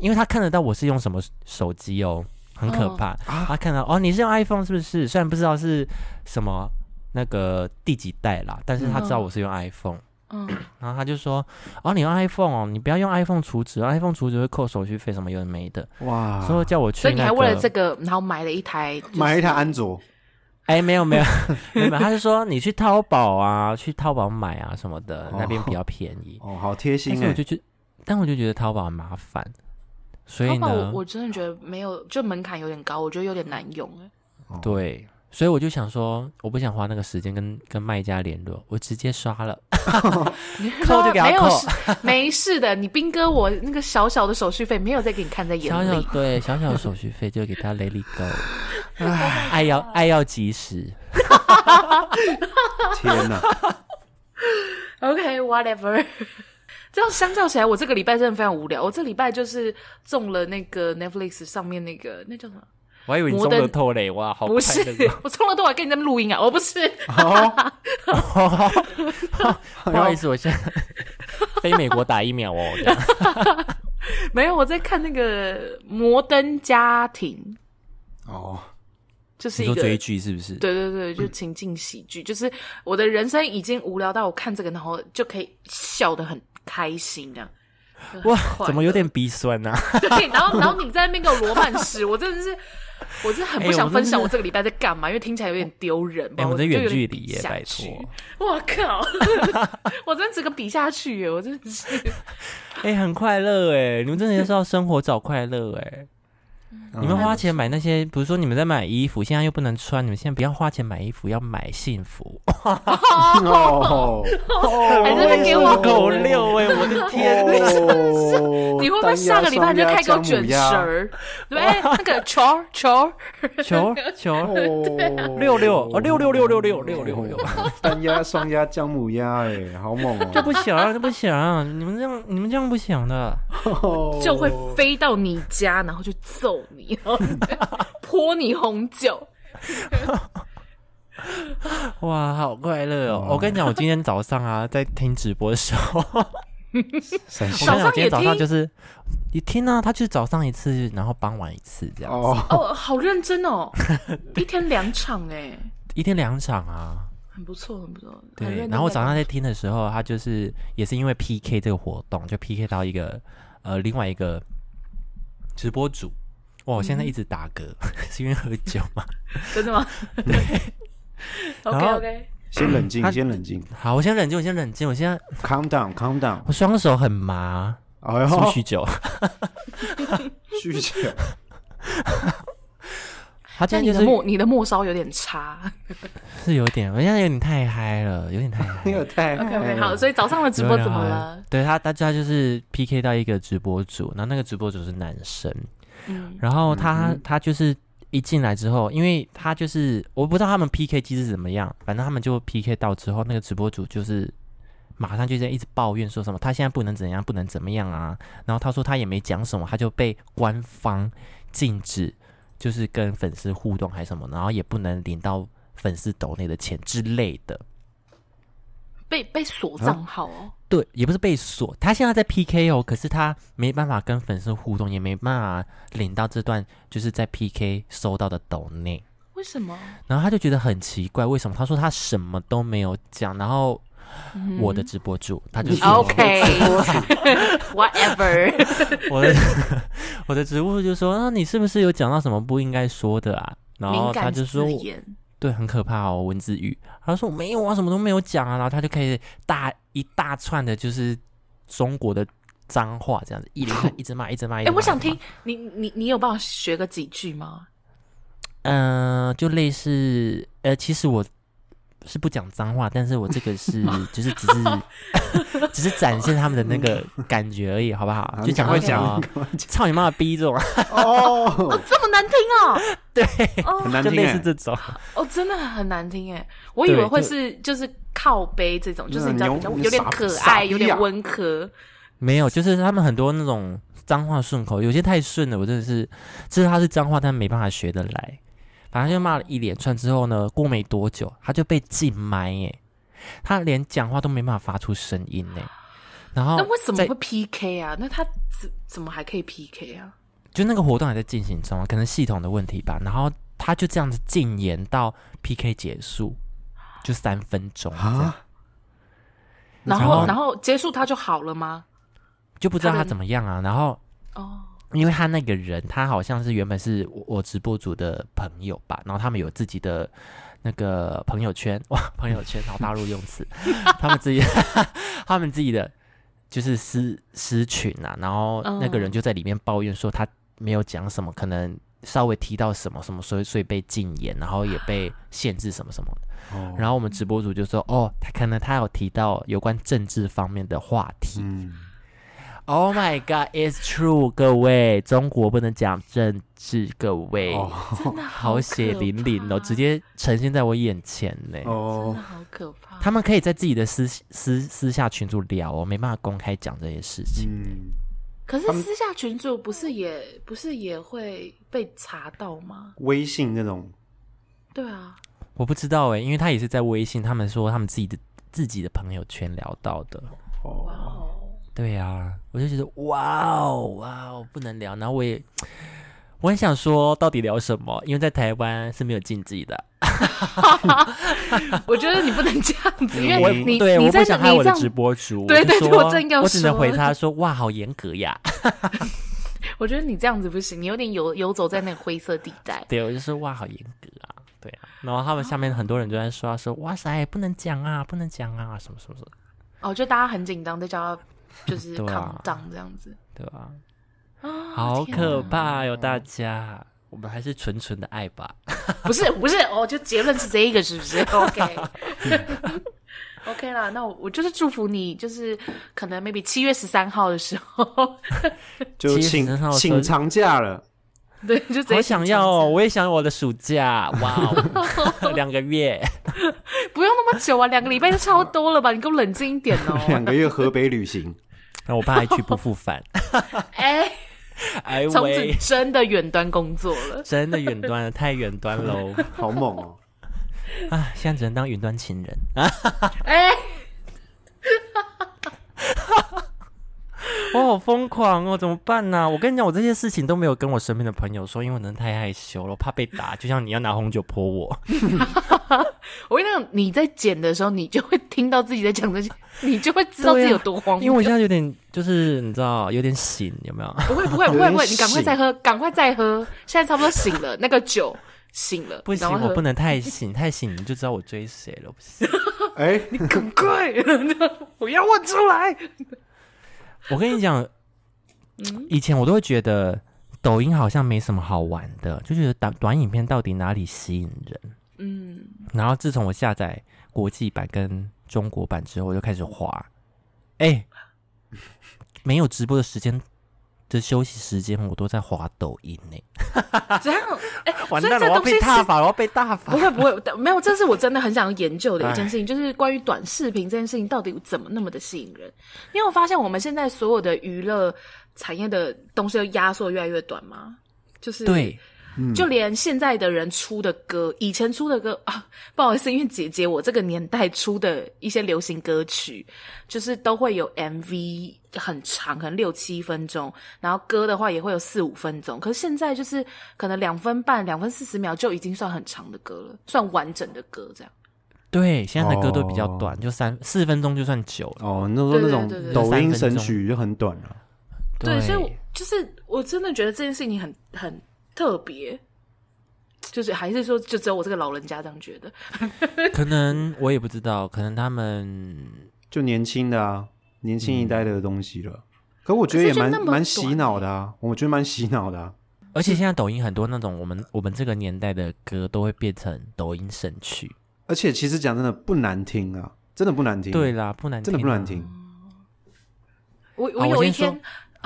B: 因为他看得到我是用什么手机哦，很可怕。他看到哦，你是用 iPhone 是不是？虽然不知道是什么那个第几代啦，但是他知道我是用 iPhone。
A: 嗯，
B: (clears throat) 然后他就说：“哦，你用 iPhone 哦，你不要用 iPhone 储值哦，iPhone 储值会扣手续费什么有的没的。”
C: 哇！
B: 所以叫我去、那
A: 所
B: 个，
A: 以你还为了这个，然后买了一台，就是
C: 买一台安卓，
B: 哎，没有没 (laughs) 有没有，没有他是说 (laughs) 你去淘宝啊，去淘宝买啊什么的，那边比较便宜。
C: 哦，好贴
B: 但
C: 心
B: 是我
C: 哎
B: 就！去，但我就觉得淘宝很麻烦，所
A: 淘
B: 以
A: 宝哦我
B: 呢，
A: 我真的觉得没有，就门槛有点高，我觉得有点难用。欸
B: (laughs) 对，所以我就想说，我不想花那个时间跟跟卖家联络，我直接刷了。扣就给他
A: 没有
B: 扣
A: 事，没事的。你兵哥，我那个小小的手续费没有再给你看在眼
B: 小小
A: 里。
B: 对小小的手续费就给他 let it
A: (laughs)
B: go，爱要爱要及时。
C: 欸天
B: (laughs)
C: 哪，
A: OK，whatever、这 (laughs) 样相较起来，我这个礼拜真的非常无聊。我这礼拜就是中了那个 Netflix 上面那个那叫什么？
B: 我还以为你
A: 摩
B: 中
A: 登
B: 了透嘞，哇，好
A: 不
B: 快
A: 是
B: 乐， (laughs)
A: (laughs) 我中了多少跟你在那边录音啊？我不是， (laughs)
C: 好，
B: 不好意思，我现
A: (laughs)
B: 在飞美国打疫苗哦。这样
A: 没有，我在看那个《摩登家庭》，
C: 哦，
A: 就是
B: 你
A: 一
B: 说
A: 个
B: 追剧是不是？
A: 对对对，
B: 嗯
A: 就情境喜剧，就是我的人生已经无聊到我看这个，然后就可以笑得很开心啊！
B: 哇
A: 快，
B: 怎么有点鼻酸啊呐？
A: 对，然
B: (laughs)
A: 后然后你在那边给我罗曼史，我真的是，我真的很不
B: 哎我
A: 想
B: 真
A: 分享
B: 是
A: 我这个礼拜在干嘛，因为听起来有点丢人吧。
B: 哎，我们在
A: 就有
B: 远
A: 点
B: 距
A: 比
B: 离耶，
A: 下
B: 拜
A: 去
B: 托。
A: 我靠！
B: (laughs)
A: 我真的整个比下去耶，我真的是。
B: 哎、很快乐哎！你们真的是要生活找快乐哎！
C: 嗯
B: 你们花钱买那些，比如说你们在买衣服，现在又不能穿，你们现在不要花钱买衣服，要买幸福。
C: 哦，
A: (laughs) 还在那边给我
B: 狗六哎，哦我的天！
A: (laughs)
C: 哦，
A: 你会不会下个礼拜就开给我卷
C: 舌
B: (laughs)
A: 舌？儿？对，哎那个球儿球儿，
B: 哦球球
C: 哦，
B: 六六哦，六六六六六六六六，
C: 单鸭、双鸭、姜母鸭，哎，好猛
B: (laughs) 这不行，这不行，你们这样你们这样不行的。
C: 哦！
A: 就会飞到你家，然后就揍你，然后
B: (laughs)
A: 泼你红酒。
B: 哇，好快乐哦！我跟你讲，我今天早上啊，在听直播的时
A: (laughs)
B: 候，
C: 三
B: 我
C: 小
B: 跟你讲，我今天早
A: 早上也
B: 上
A: 听
B: 就是你听啊，他就是早上一次，然后傍晚一次这样，
C: 哦，
A: 哦，好认真
B: (laughs)
A: 哦，一天两场哎、
B: 一天两场啊。
A: 很不错，很不错。很
B: 对，
A: 认真
B: 然后我早上在
A: 在
B: 听的时候，他就是也是因为 PK 这个活动，就 PK 到一个呃另外一个直播主。哇，我现在一直打嗝， (laughs) 是因为喝酒嘛？
A: 真的吗？ (laughs) 对。OK
B: 然后
A: OK，
C: 先冷
B: 嗯
C: 静，先冷静
B: (laughs) 好，我先冷静，我先冷静，我现在
C: ，calm down，calm down，
B: 我双手很麻，
C: 哎
A: 哦
B: 是不是
C: 呦，
B: 酗酒？
A: (laughs)
C: 酗酒，
B: (laughs) 他今
A: 但
B: 天
A: 你
B: 就
A: 的
B: 是
A: 末你的末梢有点差。
B: (laughs) 是有点，我现在有点太嗨了，有点太嗨
C: 那。个太
A: OK OK，好，所以早上的 (laughs) 直播怎么了？
B: 对他，大家就是 PK 到一个直播主，然后那个直播主是男生，
A: 嗯
B: 然后他、他就是一进来之后，因为他就是我不知道他们 PK 机制怎么样，反正他们就 PK 到之后，那个直播主就是马上就在一直抱怨说什么他现在不能怎样，不能怎么样啊。然后他说他也没讲什么，他就被官方禁止，就是跟粉丝互动还是什么，然后也不能领到粉丝抖内的钱之类的。
A: 被被锁账号哦。
B: 对，也不是被锁，他现在在 PK 哦，可是他没办法跟粉丝互动，也没办法领到这段就是在 PK 收到的抖内。
A: 为为
B: (laughs)
A: 什么？
B: 然后他就觉得很奇怪，为什么？他说他什么都没有讲。然后
A: 嗯
B: 我的直播主，他就说
A: (laughs) OK，whatever，
B: (laughs) 我的 (laughs) 我的直播主就说，那、你是不是有讲到什么不应该说的啊？然后
A: 敏
B: 他
A: 感
B: 就说
A: 字，眼，
B: 对，很可怕哦，文字狱。他说没有啊，什么都没有讲啊。然后他就开始大一大串的，就是中国的脏话，这样子一连
A: (laughs)
B: 串一直骂，一直骂。哎
A: 哎，我想听你你你有帮我学个几句吗？
B: 嗯、就类似呃，其实我是不讲脏话，但是我这个 (laughs) 是就是只是 (laughs) 只是展现他们的那个感觉而已，好不好？就赶快讲啊， (laughs) 操你妈的逼这种，
C: 哦，
A: 这么难听哦！
C: 很
B: 就
C: 难听
B: 类似
C: 哎。
B: 这种。
A: 哦，真的很难听哎，我以为
B: 对
A: 会
B: 就是嗯
A: 就是靠背这种，就是
C: 那
A: 你知道
C: 牛
A: 比较
C: 你
A: 有点
C: 傻
A: 可
C: 傻
A: 爱，
C: 逼
A: 有点
C: 啊
A: 温和。
B: 没有，就是他们很多那种脏话顺口，有些太顺了，我真的是，这是他是脏话，但没办法学得来。反正就骂了一连串之后呢，过没多久他就被禁麦耶，他连讲话都没办法发出声音呢。然后
A: 那为什么
B: 哦在
A: 会 PK 啊？那他怎怎么还可以 PK 啊？
B: 就那个活动还在进行中，可能系统的问题吧。然后他就这样子禁言到 PK 结束，就三分钟这样
C: 啊，
A: 然
B: 然
A: 后
B: 后
A: 然后结束他就好了吗？
B: 就不知道
A: 他
B: 他
A: 的
B: 怎么样啊。然后
A: 哦，
B: 因为他那个人，他好像是原本是我我直播组的朋友吧，然后他们有自己的那个朋友圈，哇， (laughs) 朋友圈好大陆用词， (laughs) 他们自己他们自己的就是私私群啊，然后那个人就在里面抱怨说他没有讲什么，可能稍微提到什么什么，所以所以被禁言，然后也被限制什么什么的。
C: 哦
B: 然后我们直播组就说，哦，他可能他有提到有关政治方面的话题，
C: 嗯，
B: Oh my god, it's true，各位，中国不能讲政治，各位，
C: 哦
A: 真的好
B: 好血
A: 可
B: 淋淋哦，
A: 怕
B: 直接呈现在我眼前呢。
A: 真
C: 哦
A: 的，好可怕。
B: 他们可以在自己的私私私下群组聊哦，没办法公开讲这些事情。
C: 嗯，
A: 可是私下群主不是也不是也会被查到吗？
C: 微信那种，
A: 对啊，
B: 我不知道哎，因为他也是在微信，他们说他们自己的自己的朋友圈聊到的。
A: 哇
C: 哦，
B: (laughs)
A: 哦，
B: 对啊，我就觉得哇哦哇哦，不能聊。然后我也我很想说，到底聊什么？因为在台湾是没有禁忌的。啊
A: 我觉得你不能这样子，因
B: 我
A: 为你
B: 对，
A: 你
B: 我
A: 在
B: 不想害
A: 你
B: 我
A: 这
B: 的
A: 样
B: 直播主，
A: 对
B: 我就
A: 对对
B: 说
A: 我正要
B: 我只能
A: 说
B: 回他说：“哇，好严格呀。
A: 我觉得你这样子不行，你有点游游走在那个灰色地带！”
B: 对，我就说：“哇，好严格啊。”对啊，然后他们下面很多人就在说：“说哇塞，不能讲啊，不能讲啊，什么什么什么，
A: 哦，就大家很紧张，在叫他就是
B: 对啊
A: calm down 这样子
B: 对吧、
A: 啊，
B: 好
A: 天
B: 可
A: 哪
B: 怕哟、大家，我们还是纯纯的爱吧。
A: 不是不是，哦，就结论是这一个，是
B: (laughs)
A: 不是？OK。OK 啦，那我我就是祝福你，就是可能 maybe 七月十三号的时候，
C: 就
B: 其实
C: 请
B: 很好说
C: 请长假了， (laughs)
A: 对，就直接
B: 好想要哦，我也想我的暑假，哇
A: (laughs)
B: 哦，两个月。
A: 不用那么久啊，两个礼拜就超多了吧？你给我冷静一点
B: (laughs)
A: 哦。
C: 两个月河北旅行，
B: 那我怕一去不复
A: (laughs)
B: 返，
A: 哎、
B: 哎
A: 从此
B: 喂，
A: 真的远端工作了。
B: 真的远端了，太远端喽！
C: 好猛哦！
B: 啊，现在只能当云端情人。
A: 哎、
B: 我好疯狂哦，怎么办呢、我跟你讲，我这些事情都没有跟我身边的朋友说，因为我真的太害羞了，我怕被打。就像你要拿红酒泼我，
A: 我跟你讲，你在剪的时候，你就会听到自己在讲这些，你就会知道自己有多荒
B: 啊因为
A: 谬。
B: 我现在有点就是你知道，有点醒，有没有？
A: 不会不会不会不
C: 有
A: 会，
C: 点
A: 你赶快再喝，赶快再喝，现在差不多醒了，那个酒醒了，
B: 不行，
A: 赶快喝
B: 我不能太醒，太醒你就知道我追谁了。不行，
C: 哎，
A: 很贵，我要问出来。
B: 我跟你讲，以前我都会觉得抖音好像没什么好玩的，就觉得短短影片到底哪里吸引人？
A: 嗯，
B: 然后自从我下载国际版跟中国版之后，我就开始滑，哎、没有直播的时间的休息时间，我都在滑抖音呢、啊
A: 这样，哎、所以
B: 完蛋了，
A: 这
B: 我要
A: 东西
B: 被
A: 是
B: 大法，我要被大法
A: 不。会
B: (laughs)
A: 不会，没有，这是我真的很想研究的一
B: 哎
A: 件事情，就是关于短视频这件事情到底怎么那么的吸引人。因为我发现我们现在所有的娱乐产业的东西都压缩越来越短吗？就是
B: 对，
A: 就连现在的人出的歌，以前出的歌 (laughs) 啊，不好意思，因为姐姐我这个年代出的一些流行歌曲，就是都会有 MV 很长，可能六七分钟，然后歌的话也会有四五分钟。可是现在就是可能两分半、两分四十秒就已经算很长的歌了，算完整的歌这样。
B: 对，现在的歌都比较
C: 哦
B: 短，就三四分钟就算久了。
C: 哦，那时候那
A: 对对
C: 种
A: 对对
C: 抖音神曲就很短了。
A: 对，所以我就是我真的觉得这件事情很很特别，就是还是说就只有我这个老人家这样觉得。
B: 可能我也不知道，可能他们
C: 就年轻的啊，年轻
B: 嗯
C: 一代的东西了。可我觉得也
A: 可是就
C: 蛮
A: 那么欸
C: 蛮洗脑的啊，我觉得蛮洗脑的啊。
B: 而且现在抖音很多那种我们我们这个年代的歌都会变成抖音神曲。
C: 而且其实讲真的不难听啊，真的不难听，
B: 对，啦，不难听、啊
C: 真的不难。听。
A: 嗯我
B: 好
A: 我
B: 我
A: 有一
B: 先
A: 天
B: 说，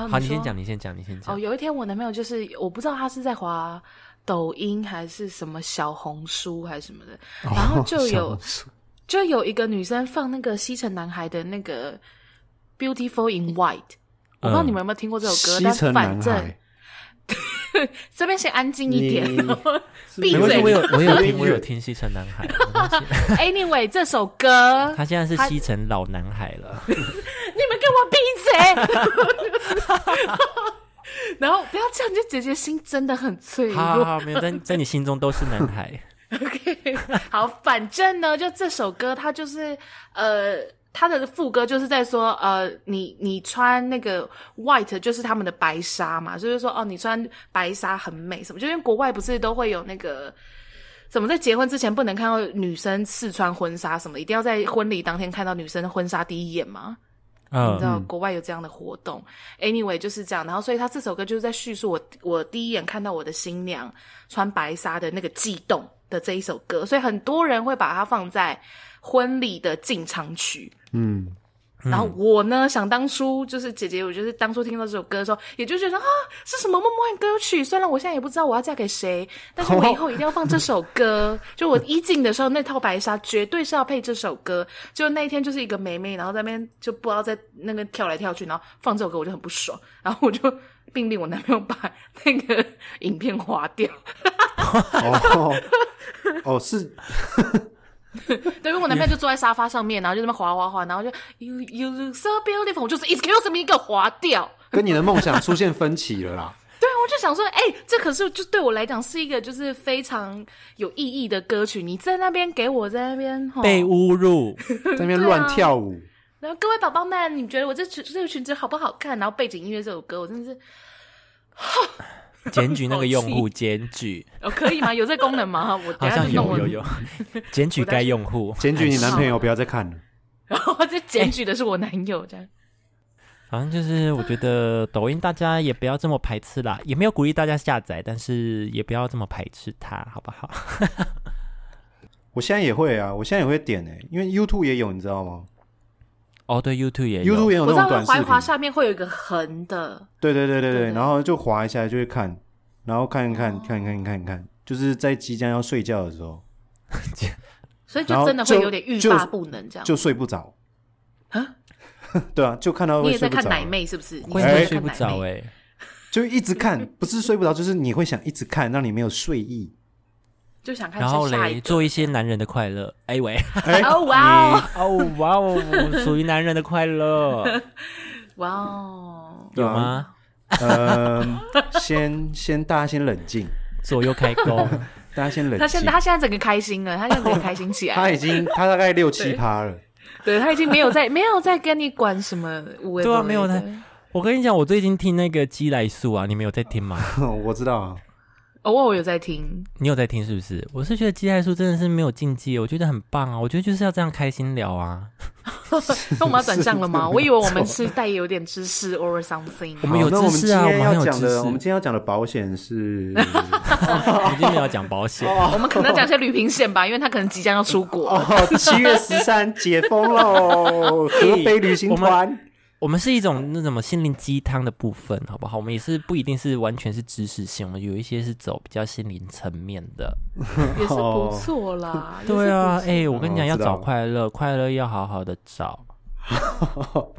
A: 啊
B: 好，你先
A: 说
B: 讲，你先讲，你先
A: 哦，
B: 讲。
A: 有一天我男朋友就是我不知道他是在滑抖音还是什么小红书还是什么的，然后就有、
C: 哦小红书
A: 就有一个女生放那个西城男孩的那个 Beautiful in White，、我不知道你们有没有听过这首歌，
C: 嗯西城
A: 但
C: 男
A: 反正
C: 孩，
A: 这边先安静一点
C: 你。
A: 闭
B: 没关系，
A: 嘴
B: 我有我有
C: 音
B: (laughs) 听，
C: 乐
B: 我有听西城男孩。没关系
A: (laughs)
B: (laughs)
A: anyway，这首歌
B: 他现在是
A: 他
B: 西城老男孩了。
A: 你们给我闭
C: (laughs)
A: 嘴！(laughs) 然后不要这样，就姐姐心真的很脆弱。
B: 好好好，没有在在你心中都是男孩。
A: OK，好，反正呢，就这首歌，它就是呃，它的副歌就是在说，呃，你你穿那个 white 就是他们的白纱嘛，就是说哦，你穿白纱很美什么，就因为国外不是都会有那个。怎么在结婚之前不能看到女生试穿婚纱什么？一定要在婚礼当天看到女生的婚纱第一眼吗？你
B: (laughs)
A: 知
B: 嗯，
A: 道国外有这样的活动。Anyway，就是这样。然后，所以他这首歌就是在叙述我我第一眼看到我的新娘穿白纱的那个悸动的这一首歌，所以很多人会把它放在婚礼的进场曲。
C: 嗯，
A: 然后我呢，想当初就是姐姐，我就是当初听到这首歌的时候，也就觉得啊，是什么梦幻歌曲？虽然我现在也不知道我要嫁给谁，但是我以后一定要放这首歌。 (laughs) 就我一进的时候，那套白纱绝对是要配这首歌。就那一天就是一个梅梅，然后在那边就不知道在那边跳来跳去，然后放这首歌我就很不爽，然后我就命令我男朋友把那个影片划掉。
C: 哦哦是
A: 对，因为我男朋友就坐在沙发上面，然后就在那边滑滑滑，然后就 you you look so beautiful，我就是 excuse me，一个划掉。
C: 跟你的梦想出现分歧了啦。
A: 对啊，我就想说，哎、这可是就对我来讲是一个就是非常有意义的歌曲。你在那边给我在那边吼
B: 被侮辱。
C: 在那边乱跳舞，
A: 然后各位宝宝们，你们觉得我这裙这个裙子好不好看？然后背景音乐这首歌，我真的是
B: 检举那个用户，检举，
A: 哦，可以吗？有这功能吗？我
B: (laughs) 好
A: 等下
B: 像
A: 就弄
B: 有
A: 我，
B: 有有，检举该用 (laughs) 户，
C: 检举你
B: 哎
C: 男朋友不要再看了。
A: 然后就检举的是我男友这样。
B: 好像就是我觉得抖音大家也不要这么排斥啦，也没有鼓励大家下载，但是也不要这么排斥它，好不好？
C: 我现在也会啊，我现在也会点哎、因为 YouTube 也有，你知道吗
B: 哦，对，YouTube 也有
C: ？YouTube 也有那
A: 我知道
C: 种短
A: 我
C: 视
A: 滑一滑
C: 频，
A: 下面会有一个横的，
C: 对对对对
A: 对
C: 对，
A: 对
C: 然后就滑一下就会看，然后看一看看一看看一看，就是在即将要睡觉的时候
A: 所以
C: 然
A: 就
C: 后
A: 真的会
C: 就
A: 有点欲
C: 就
A: 罢不能这样。
C: 就睡不着
A: 哦啊。
C: (laughs) 对啊，就看到
A: 你
C: 会
A: 也
C: 睡
A: 在
C: 不
A: 看
C: 着，
A: 奶妹是不是？你
B: 会
A: 是
C: 哎
B: 会
A: 在
B: 睡
A: 看
B: 不
A: 奶
B: 着
A: 妹
B: 哎、
C: 就一直看，不是睡不着，就是你会想一直看，让你没有睡意。
A: 就想看
B: 然后
A: 下一
B: 嘞，
A: 个
B: 做一些男人的快乐，哎喂，
C: 哎、
A: 哦哇哦
B: 哦哇哦，属于男人的快乐，
A: 哇哦，
C: 对
B: 有
C: 啊 (laughs)
B: 吗？
C: 你呃，先先大家先冷静，
B: 左右开弓， (laughs)
C: 大家先冷
A: 他
C: 静。
A: 现在他现在整个开心了，他现在整个开心起来
C: 他
B: 哦
A: 了，
C: 已经他大概六七趴了， (laughs)
A: 对他已经没有在没有在跟你管什么无谓，
B: 对啊，没有
A: 的
B: 呢。。我跟你讲，我最近听那个鸡来素啊，你们有在听吗？
C: 我知道啊。
A: 偶尔我有在听，
B: 你有在听是不是？我是觉得鸡来素真的是没有境界，我觉得很棒啊，我觉得就是要这样开心聊啊。
A: 那我们要转向
B: (laughs)
A: 了吗？我以为我们是带有点知识 or something，
B: 我们有
C: 好那我们
B: 知
C: 今
B: 识啊
C: 天
B: 我们很有
C: 要讲
B: 知识
C: 的，我们今天要讲的保险
B: (laughs)
C: 是，
B: 我今天没有讲保险，
A: 我们可能要讲一些旅平险吧，因为他可能即将要出国。
C: 哦，七月十三解
B: (laughs)
C: 封喽，河北旅行团。
B: 我们是一种那什么心灵鸡汤的部分，好不好？我们也是不一定是完全是知识性，我们有一些是走比较心灵层面的。
A: 也是不错啦。也是不
B: 哦
A: 错
B: (laughs) 对
A: (laughs)
B: 啊，哎、我跟你讲，
C: 哦
B: 要
C: 知道
B: 找快乐，快乐要
C: (laughs)
B: 好好的找，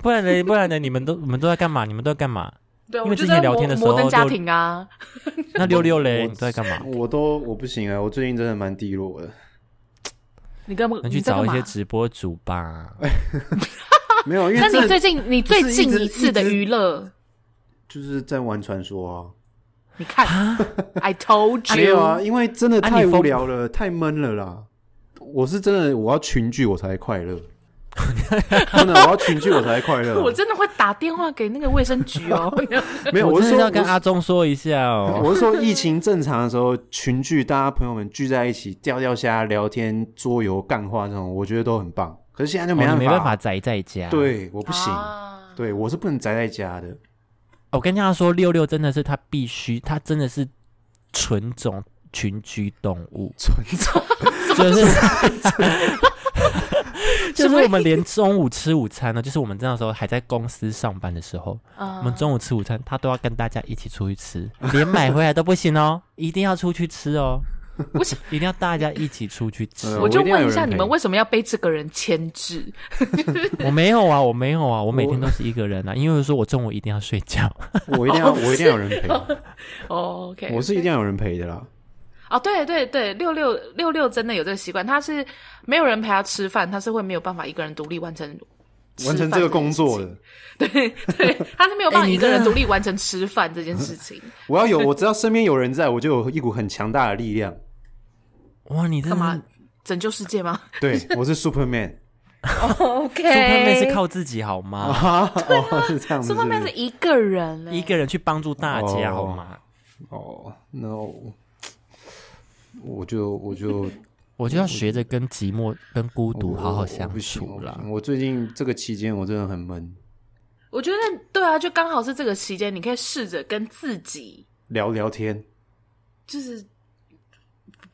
B: 不然呢，不然呢，你们都你们都在干嘛？你们都在干嘛？
A: 对，啊
B: 因
A: 我
B: 为
A: 就
B: 之
A: 在
B: 前聊
A: 摩
B: 天的时
A: 摩登
B: 候
A: 家
B: 都
A: 庭啊，
B: 那六六嘞，
C: 我
B: 你都在干嘛？
C: 我都我不行啊，我最近真的蛮低落的。
A: 你干嘛？
B: 能
A: 你
B: 去
A: 在
B: 找
A: 干
B: 一
A: 嘛
B: 些直播主吧。
C: 没有，因为
A: 那你
C: 这
A: 最近你最
C: 不是一
A: 近
C: 直
A: 一次的
C: 一直
A: 娱乐，
C: 就是在玩传说啊，
A: 你看，I told you，
C: 没有啊，因为真的
B: 啊
C: 太
B: 你疯
C: 无聊了，太闷了啦。我是真的，我要群聚我才快
B: (laughs)
C: 乐。真的，我要群聚我才快乐啊。
A: 我真的会打电话给那个卫生局
B: (laughs)
A: 哦。
C: 没有，
B: 我
C: 我是
B: 真的
C: 说
B: 要跟
C: 我
B: 阿忠说一下哦。
C: 我是说，疫情正常的时候，群聚，大家朋友们聚在一起，钓钓虾、聊天、桌游、干话这种，我觉得都很棒。可是现在就
B: 哦
C: 没办
B: 你
C: 法，
B: 没办法宅在家。，
C: 对，我不行，
A: 啊
C: 对我是不能宅在家的。
B: 我跟大家说，六六真的是他必须，他真的是纯种群居动物，纯 (laughs) 种就是。就是我们连中午吃午餐呢，就是我们那时候还在公司上班的时候，我们中午吃午餐，他都要跟大家一起出去吃，连买回来都不行哦， (laughs) 一定要出去吃哦，
A: 不是，
B: 一定要大家嗯一起出去吃。
C: 呃
A: 我就
C: 一定要
A: 问
C: 有
A: 一下，
C: 人
A: 你
C: 陪
A: 们为什么要被这个人牵制？
B: 我没有啊，我没有啊，我每天都是一个人啊，因为说我中午一定要睡觉。
C: 我一定要，我一定要有人陪，
A: 哦，OK，
C: 我是一定要有人陪的啦。
A: 哦，对对对，六六六六真的有这个习惯，他是没有人陪他吃饭，他是会没有办法一个人独立完成 (laughs) 吃
C: 完成这
A: 饭
C: 个
A: 件
C: 工作
A: 事情
C: 的，
A: 对对，他是没有办法
B: 哎你
A: 一个
B: 真
A: 人
B: 的
A: 独立完成吃饭这件事情。
C: 我要有，我只要身边有人在，我就有一股很强大的力量。
B: 哇，你真
A: 干
B: 的
A: 嘛哎
B: 是
A: 拯救世界吗
C: 对，我是 Superman
B: (laughs) ？Superman 是靠自己好吗？
C: 啊，哦，是这样子是不
A: ？Superman 是
C: 是
A: 一个人欸，
B: 一个人去帮助大家
C: 哦
B: 好吗？
C: 哦，no，我就我就
B: 我就要学着跟寂寞、跟孤独好好相
C: 我
B: 处
C: 不行我
B: 啦
C: 不。行我最近这个期间我真的很闷，
A: 我觉得对啊，就刚好是这个期间，你可以试着跟自己，
C: 聊
B: (laughs)
C: 聊天，
A: 就是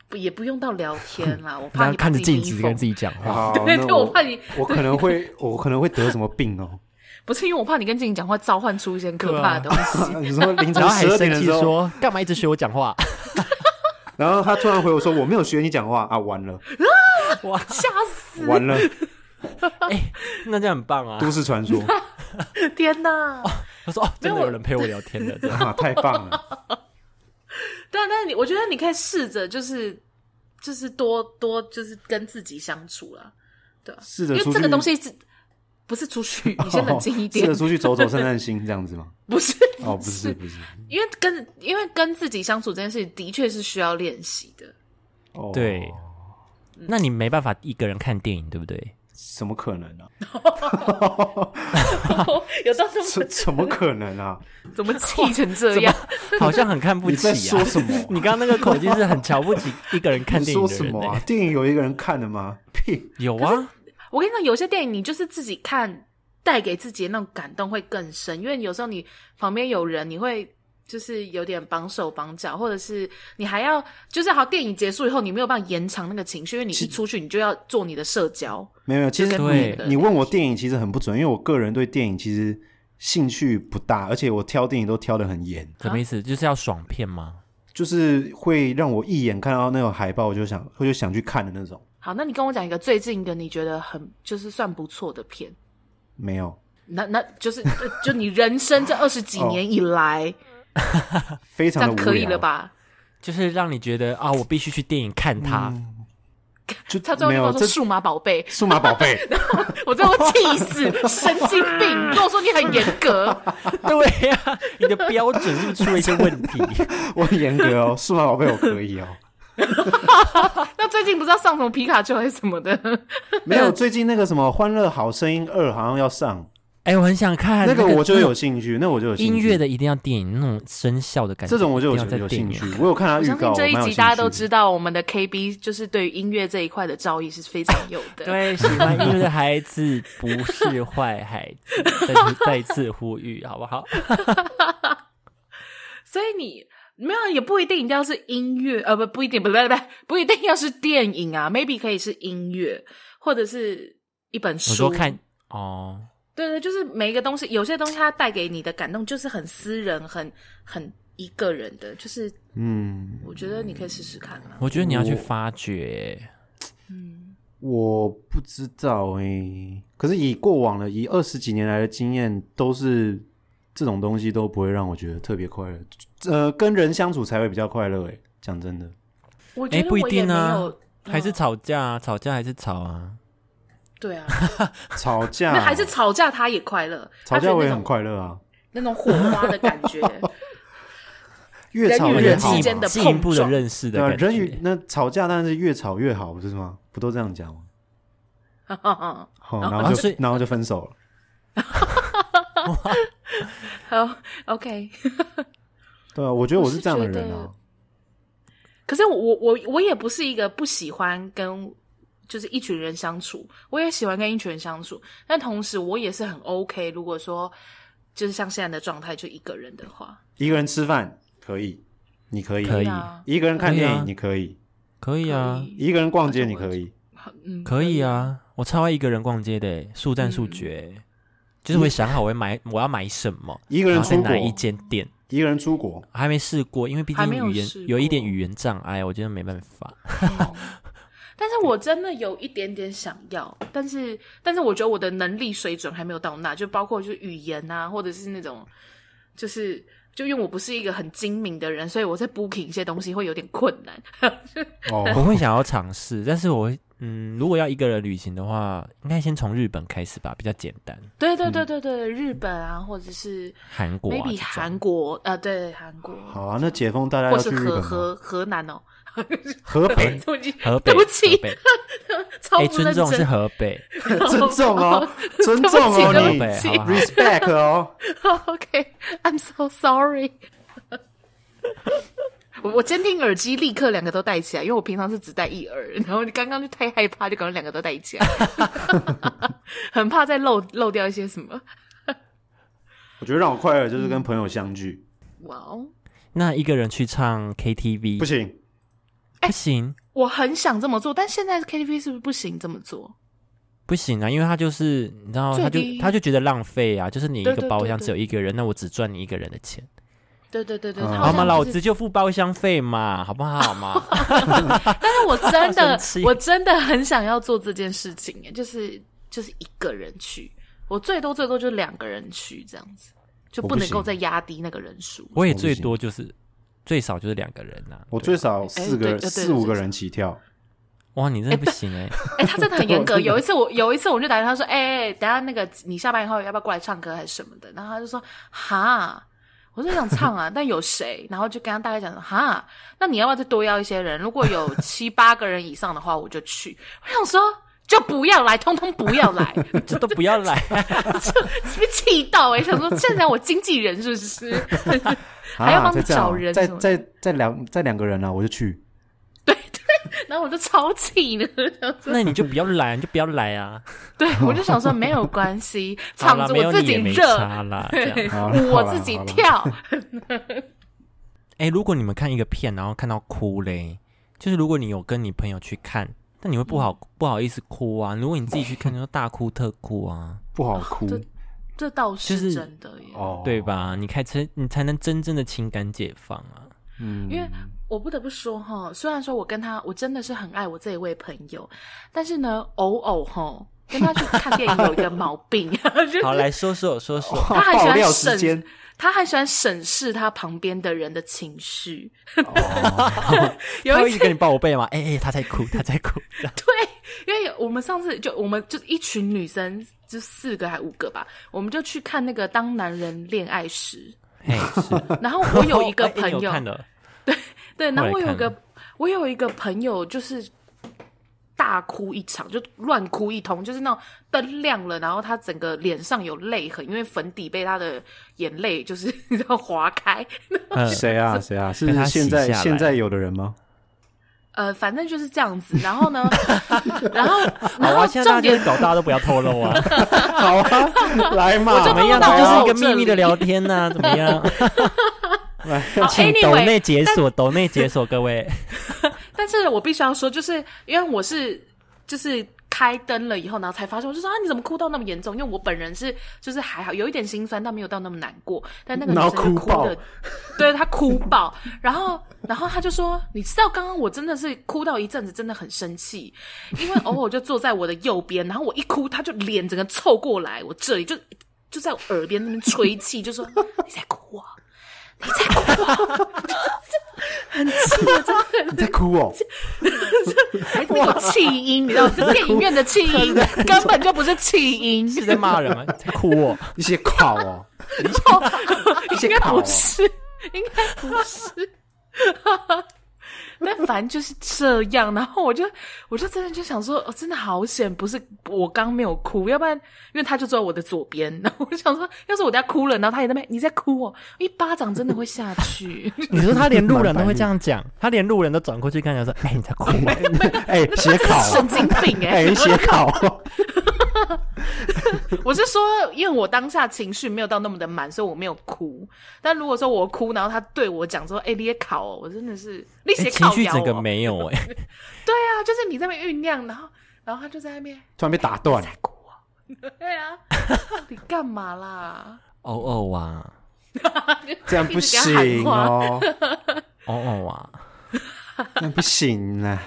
A: 不也不用到聊天啦。我
B: 然
A: 怕
B: 后
A: 你
B: 看着镜子跟自
A: 己
B: 己讲话，
C: 好，
A: 对
C: 那
A: 对我怕你
C: 我可能会，我可能会得什么
B: (laughs)
C: 病哦？ (laughs)
A: 封，不是因为我怕你跟自己讲话召唤出一些很可怕的东西。
C: 你说凌
B: (laughs) 然
C: 晨
B: 后还
C: 十二
B: 生
C: 点的
B: 气
C: 时候，
B: 说：“干嘛一直学我讲话
C: 然后他突然回我说我没有学你讲话啊，完了，
A: 吓死！
B: (laughs)
C: 完了，？”
B: 哎，那这样很棒啊！
C: 都市
B: (laughs)
C: 传说
A: 天哪！
B: 他 (laughs) 说：“哦，真的
A: 没有
B: 有人陪我聊天 (laughs) 了。这样
C: 啊，太棒
B: (laughs)
C: 了，
A: 但但是啊你，我觉得你可以试着就是就是多多就是跟自己相处啦，对啊，
C: 试
A: 因
C: 着
A: 为
C: 出去哦
A: 这个东西是不是出去？你先冷静一
C: 试
A: 点
C: 着，出去走走散散心这样子吗？
A: 不是
C: 哦，不是
B: (laughs)
C: 不是，
A: 因为跟因为跟自己相处这件事的确是需要练习的。
C: (laughs) 哦，
B: 对，那你没办法一个人看电影，对不对？
C: 怎么可能啊？
A: 有到这
C: 怎
A: 么
C: 怎么可能啊？
A: 怎么气成这样？
B: 好像很 (laughs) 看不
C: 你
B: 起
C: 在
B: 啊
C: 说！什么啊？
B: (laughs) 你刚刚那个口气是很瞧不起一个人看
C: 你
B: 电影
C: 说
B: 的
C: 什
B: 人
C: 么
B: 欸
C: 啊？电影有一个人看的吗？屁！
B: (laughs) 有啊，
A: 我跟你讲，有些电影你就是自己看，带给自己的那种感动会更深，因为有时候你旁边有人，你会就是有点绑手绑脚，或者是你还要就是好，电影结束以后你没有办法延长那个情绪，因为你一出去你就要做你的社交。
C: 没有，没有其实
A: 就
B: 跟
C: 你
B: 别
A: 的
C: 你问我电影其实很不准，因为我个人对电影其实兴趣不大，而且我挑电影都挑得很严，
B: 什么意思？就是要爽片吗？
C: 就是会让我一眼看到那种海报我就想我就想去看的那种。
A: 好，那你跟我讲一个最近一个你觉得很就是算不错的片，
C: 没有，
A: 那那就是呃就你人生这二十几年以来，
C: 非
A: 这
C: 常的
A: 样
C: 无聊。
A: 可以了？吧？
B: 就是让你觉得啊，我必须去电影看它。
C: 就
A: 他最后
C: 没
A: 就跟
C: 有
A: 我说
C: 这
A: 《数码宝贝》，
C: 数码宝
A: (laughs)
C: 贝，
A: 我真的会气 (laughs) 死，神经病！跟我说你很严格，
B: (laughs) 对呀、你的标准是不是出了一些问题？
C: 我很严格哦，数码宝贝我可
A: (laughs)
C: 以哦。
A: 那最近不知道上什么皮卡丘还是什么的，
C: 没有，最近那个什么《欢乐好声音二》好像要上，
B: 哎、我很想看
C: 那个我就
B: 那
C: 有
B: 种
C: 兴趣，那我就有兴趣
B: 音乐的一定要电影那种声效的感觉，
C: 这种我就
B: 一
C: 有
B: 定要在
C: 有
B: 电
C: 兴
B: 影
C: 趣
B: 院。
C: 我有看他
A: 我
C: 预
A: 相
C: 告，
A: 信这
C: 我
A: 一
C: 蛮有
A: 集
C: 兴
A: 大家都
C: 趣
A: 知道，我们的 KB 就是对于音乐这一块的造诣是非常有 (laughs) 的。
B: (laughs) 对，喜欢音乐的孩子不是坏孩子，再次再次呼吁，好不 (laughs) 好？
A: 所以你没有也不一定一定要是音乐，呃，不不一定，不不不，不一定要是电影啊，maybe 可以是音乐，或者是一本
B: 我说
A: 书。
B: 看哦，
A: 对对，就是每一个东西，有些东西它带给你的感动就是很私人，很很一个人的，就是
C: 嗯，
A: 我觉得你可以试试看啊。
B: 我觉得你要去发掘。
C: 我不欸知道诶、可是以过往的以二十几年来的经验，都是这种东西都不会让我觉得特别快乐。呃，跟人相处才会比较快乐。哎，讲真的，
A: 我觉
B: 哎，
A: 得
B: 不一
A: 我也
B: 定
A: 没
B: 啊
A: 有，，
B: 还是
A: 嗯
B: 吵架啊，吵架还是吵啊。
A: 对
C: (laughs)
A: 啊，
C: 吵架
A: (laughs) 那还是吵架，他也快乐，
C: 吵
A: 他觉
C: 架
A: 得
C: 我也
A: 那
C: 很
A: 种
C: 快乐啊，
A: 那种火花的感 (laughs) 觉，
C: 越吵
A: 人与
C: 越
A: 人
C: 好
A: 之
C: 嘛。
A: 间的
B: 进一步
A: 碰
B: 的
A: 撞
B: 认识的
C: 对啊，
B: 感觉，
C: 人与那吵架当然是越吵越好，不是吗？不都这样讲吗？
A: 哦
C: 好，然后
B: 就
C: 就是然后就分手了。
A: 好，OK。
C: 对啊，我觉得我是这样的
A: 我是觉
C: 人
A: 得
C: 啊。
A: 可是我我我我也不是一个不喜欢跟就是一群人相处，我也喜欢跟一群人相处，但同时我也是很 OK。如果说就是像现在的状态，就一个人的话，
C: 一个人吃饭可以，你可以；
B: 可以
A: 对啊，
C: 一个人看
B: 可以啊
C: 电影你可以，
B: 可以啊，
C: 一个人逛街你可以。
A: 嗯，
B: 可以啊，我超爱一个人逛街的欸，速战速决欸，就是会想好我会买我要买什么，
C: 一个人
B: 然后在
C: 出国
B: 哪，一间店，
C: 一个人出国，
B: 还没试过，因为毕
A: 还
B: 竟
A: 没有
B: 语言
A: 试
B: 有一点
A: 过
B: 语言障碍，我觉得没办法。 (laughs)
A: (laughs) 但是我真的有一点点想要，但是但是我觉得我的能力水准还没有到那，就包括就是语言啊，或者是那种就是。就因为我不是一个很精明的人，所以我在 booking 一些东西会有点困难。
B: 我
C: 哦，
B: 会想要尝试，但是我会嗯，如果要一个人旅行的话，应该先从日本开始吧，比较简单。
A: 对对对对对，日本啊，或者是
B: 韩国、啊、
A: maybe
B: 这种
A: 韩国啊，对韩国，
C: 好啊，那解封大家
A: 或
C: 要
A: 是
C: 去日
A: 河
C: 本吗？
A: 河河南哦，
C: 河北
A: 我已经
B: 河北，
A: (laughs) 对不
B: 河
A: 起， (laughs)
B: 北
A: 超
B: 哎，
A: 不认
B: 尊重是
A: 真，
B: 河北，
C: 尊重
A: (laughs)
C: 哦，尊重哦，
A: 对不
C: 你
A: 起
B: 对不起
C: respect 哦。
A: (laughs) OK，I'm so sorry (laughs) 我。我监听耳机立刻两个都戴起来，因为我平常是只戴一耳， (laughs) 然后你刚刚就太害怕，就赶快两个都戴起来， (laughs) 很怕再漏漏掉一些什么。
C: 我觉得让我快乐就是跟朋友相聚，
A: 哇哦，
B: 那一个人去唱 KTV
C: 不行，
A: 哎
B: 不行
A: 我很想这么做，但现在 KTV 是不是不行这么做？
B: 不行啊，因为他就是你知道，
A: 最
B: 他就
A: 低
B: 他就觉得浪费啊，就是你一
A: 对
B: 个
A: 对
B: 包
A: 对
B: 厢
A: 对
B: 只有一个人，那我只赚你一个人的钱，
A: 对对对对，
C: 嗯
A: 他
B: 好
A: 好
B: 嘛，
A: 像
B: 老
A: 就是
B: 子就付包厢费嘛，好不好嘛？
C: (laughs)
A: 但我真
B: 生
A: 的
B: 气，
A: 我真的很想要做这件事情耶，就是就是一个人去，我最多最多就两个人去这样子，就
C: 我
A: 不
C: 不
A: 能够
C: 行
A: 再压低那个人数。
B: 我也
C: 不
B: 最
C: 行
B: 多就是最少就是两个人呐、啊。
C: 我
B: 对
C: 最少四
A: 哎
C: 个
A: 对对
C: 四五个
A: 对
C: 人起跳。
B: 哇，你真的不行哎、
A: 哎、他
B: (laughs)
A: 真的很严格。有一次我有一次我就打电话说，哎、等一下那个你下班以后要不要过来唱歌还是什么的？然后他就说，哈。我说想唱啊，但有谁？然后就跟他大概讲说，哈，那你要不要再多邀一些人？如果有七八个人以上的话，我就去。我想说，就不要来，通通不要来。
B: 这都不要来、啊
A: (laughs) 被气到哎、欸，想说现在我经纪人是不是？还要
C: 啊
A: 帮他
C: 再这样啊
A: 找人
C: 再
A: 什么的
C: 再再两再两个人啊，我就去。
A: 然后我就超气呢，
B: 那你就不要来，你就不要来
A: (laughs)
B: 啊！
A: 对我就想说没有关系，
B: 好
A: 场
B: 啦，
A: 子
B: 没
A: 我
B: 有
A: 自
B: 你
A: 己
B: 也没
A: 热，
B: 差
A: (laughs)
B: 啦。这样
A: 对，
C: 好啦
A: 舞
C: 好
A: 我
C: 啦
A: 自己
C: 好啦
A: 跳，
B: 哎、如果你们看一个片，然后看到哭嘞，就是如果你有跟你朋友去看，那你会不好、
A: 嗯
B: 不好意思哭啊。如果你自己去看，就大哭特哭
A: (laughs)
B: 啊，
C: 不好哭
A: 这这倒
B: 就是
A: 是真的耶。
C: 哦，
B: 对？吧？你开车，你才能真正的情感解放
A: (laughs)
B: 啊。
C: 嗯，
A: 因为我不得不说哈，虽然说我跟他，我真的是很爱我这一位朋友，但是呢，偶偶哈跟他去看电影有一个毛病， (laughs) 就是
B: 好，来说说说说，
A: 他很喜
C: 爆料
A: 欢
C: 时间
A: 审，他很喜欢审视他旁边的人的情绪。
B: 他
A: (laughs) (laughs) 有
B: 会一
A: 一
B: 直
A: 次，
B: 跟你抱我背 (laughs) 吗？哎、哎、他在哭，他在哭。这样
A: 对，因为我们上次就我们就一群女生，就四个还五个吧，我们就去看那个《当男人恋爱时
B: 嘿，是。》，
A: 然后 (laughs) 我有一个
B: 哎
A: 朋
B: 你有
A: 友，
B: 看了，
A: 对，然后
B: 后
A: 我
B: 来
A: 有
B: 看
A: 一个我有一个朋友就是大哭一场，就乱哭一通，就是那种灯亮了，然后他整个脸上有泪痕，因为粉底被他的眼泪就是 (laughs) 你知道划开，
B: 嗯，
C: 谁啊谁啊？是
B: 被他洗
C: 现在
B: 下来
C: 现在有的人
A: (laughs)
C: 吗？
A: 呃，反正就是这样子。然后
B: (laughs)
A: 呢，然后
B: 好
A: (laughs) 然
B: 啊，
A: 后
B: 现在大家
A: 重
B: 就
A: 点
B: 是搞，大家都不要透露啊。
C: 好啊，来嘛，
A: 我就
B: 怎 (laughs) 么样？
A: 到
B: 这就
A: 我
B: 是一个
A: 这
B: 秘密的
A: 里
B: 聊天 (laughs) 呐、怎么样？
A: 好
B: 请抖
A: anyway，
B: 内解锁，抖内解锁，各 (laughs) 位。
A: 但是我必须要说，就是因为我是就是开灯了以后，然后才发现，我就说啊，你怎么哭到那么严重？因为我本人是就是还好，有一点心酸，但没有到那么难过。但那个女
C: 然后
A: 生就
C: 哭爆
A: 的，对她哭爆，然后然后她就说，你知道刚刚我真的是哭到一阵子，真的很生气，因为偶尔就坐在我的右边，然后我一哭，她就脸整个凑过来，我这里就。就在我耳边那边吹气，就说你在哭啊，你在哭啊，很气啊，真的。
C: 你在哭哦，
A: 还那种气音，你知道，
C: (laughs)
A: 这电影院的气音根本就不是气音，
B: 是在骂人吗？在 (laughs) 哭哦，
C: (laughs) 一些考
A: (laughs)
C: 哦，
A: 应该
C: 考哦
A: 不是，应该不是。 (laughs) 但反正就是这样，然后我就我就真的就想说，哦，真的好险，不是我刚没有哭，要不然因为他就坐在我的左边，然后我就想说，要是我在哭了，然后他也在那边你在哭哦，一巴掌真的会下去。 (laughs)
B: 你说他连路人都会这样讲， (laughs) 他连路人都转过去看，他说：“ (laughs) 哎、你在哭吗
C: 哎，写考哦，
A: 神经病哎、
C: 哎，写考哦，
A: 我是说，因为我当下情绪没有到那么的满，所以我没有哭。但如果说我哭，然后他对我讲说：“哎、你也考、哦，我真的是你
B: 哎
A: 写
B: 情
A: 考
B: 绪
A: 掉、
B: 整个
A: 哦。
B: 没有 (laughs) 哎、
A: 对啊，就是你在那边酝酿，然后然后他就在那边
C: 突然被打断，
A: 在哭、啊。对啊，到底干嘛啦？ (laughs)
B: 哦哦哇，
C: 这样不行哦，
B: 哦哦哇，
C: 这样不行啊，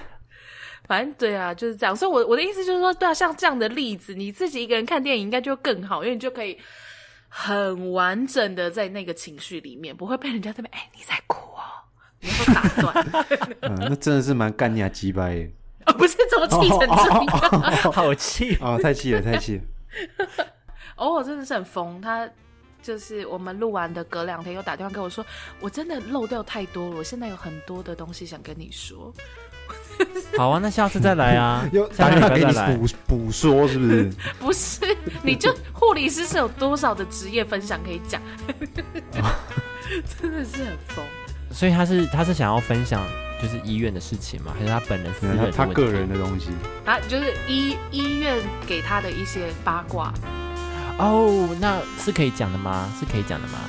A: 反正对啊，就是这样。所以我，我的意思就是说，对啊，像这样的例子，你自己一个人看电影应该就更好，因为你就可以很完整的在那个情绪里面，不会被人家这边哎、你在哭哦，你会打 (laughs) 断
C: 嗯，那真的是蛮干你啊，鸡巴耶，
A: 哦，不是怎么气成这样。
B: (laughs)
C: 哦
B: 好气！
C: 哦，太气了，太气了，
A: (laughs) 偶尔真的是很疯，他就是我们录完的隔两天又打电话给我说，我真的漏掉太多了，我现在有很多的东西想跟你说。
B: 好啊，那下次再来 (laughs) 啊，
C: 又
B: 下
C: 打
B: 个
C: 电
B: 礼
C: 话
B: 拜
C: 给
B: 再
C: 你
B: 来。
C: 补补说是不是？
A: 不是，你就护理师是有多少的职业分享可以讲，真的是很疯。
B: 所以他是他是想要分享就是医院的事情吗？还是他本人私人的
C: 他
B: 问题
C: 他个人的东西，
A: 他啊就是医医院给他的一些八卦，
B: 哦，那是可以讲的吗？是可以讲的吗？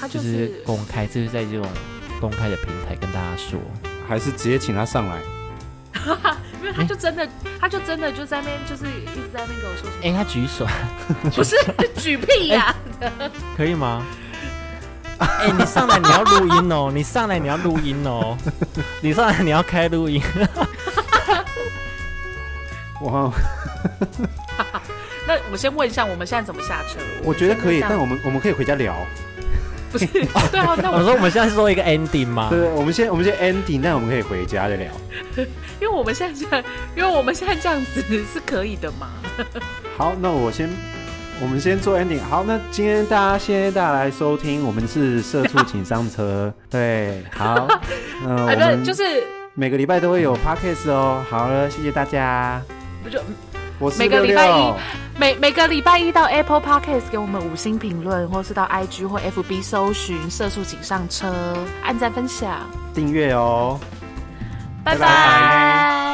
A: 他
B: 就
A: 就是是
B: 公开，就是在这种公开的平台跟大家说。
C: 还是直接请他上来？
A: 因为他就真的，
C: 嗯
A: 他就真的就在那边，就是一直在那边跟我说什么，
B: 哎、他举手
A: 不是举屁呀、
B: (laughs) 可以 (laughs) 吗？哎、你上来你要录音哦，你上来你要录音 (laughs) 哦，你上来你要开录音。
C: 哇，
A: 那我先问一下，我们现在怎么下车？
C: 哎我觉得可以，
A: 先问一下
C: 但我们我们可以回家聊。
A: 不是 (laughs) 对啊，那
B: 我
C: (laughs)
A: 我
B: 说我们现在是做一个 ending 吗
C: 对？对，我们先我们先 ending，但我们可以回家再聊。
A: 因为我们现在这样，因为我们现在这样子是可以的嘛？
C: 好，那我先，我们先做 ending。好，那今天大家谢谢大家来收听，我们是社畜请上车。对，好，那我
A: 哎，不是，
C: 们
A: 就是
C: 每个礼拜都会有 podcast 哦。好了，谢谢大家。
A: 不就
C: 我是
A: 每个礼
C: 六
A: 拜
C: 六
A: 一每每个礼拜一到 Apple Podcast 给我们五星评论，或是到 IG 或 FB 搜寻“色素请上车”，按赞分享，
C: 订阅哦。
A: 拜
C: 拜
A: 拜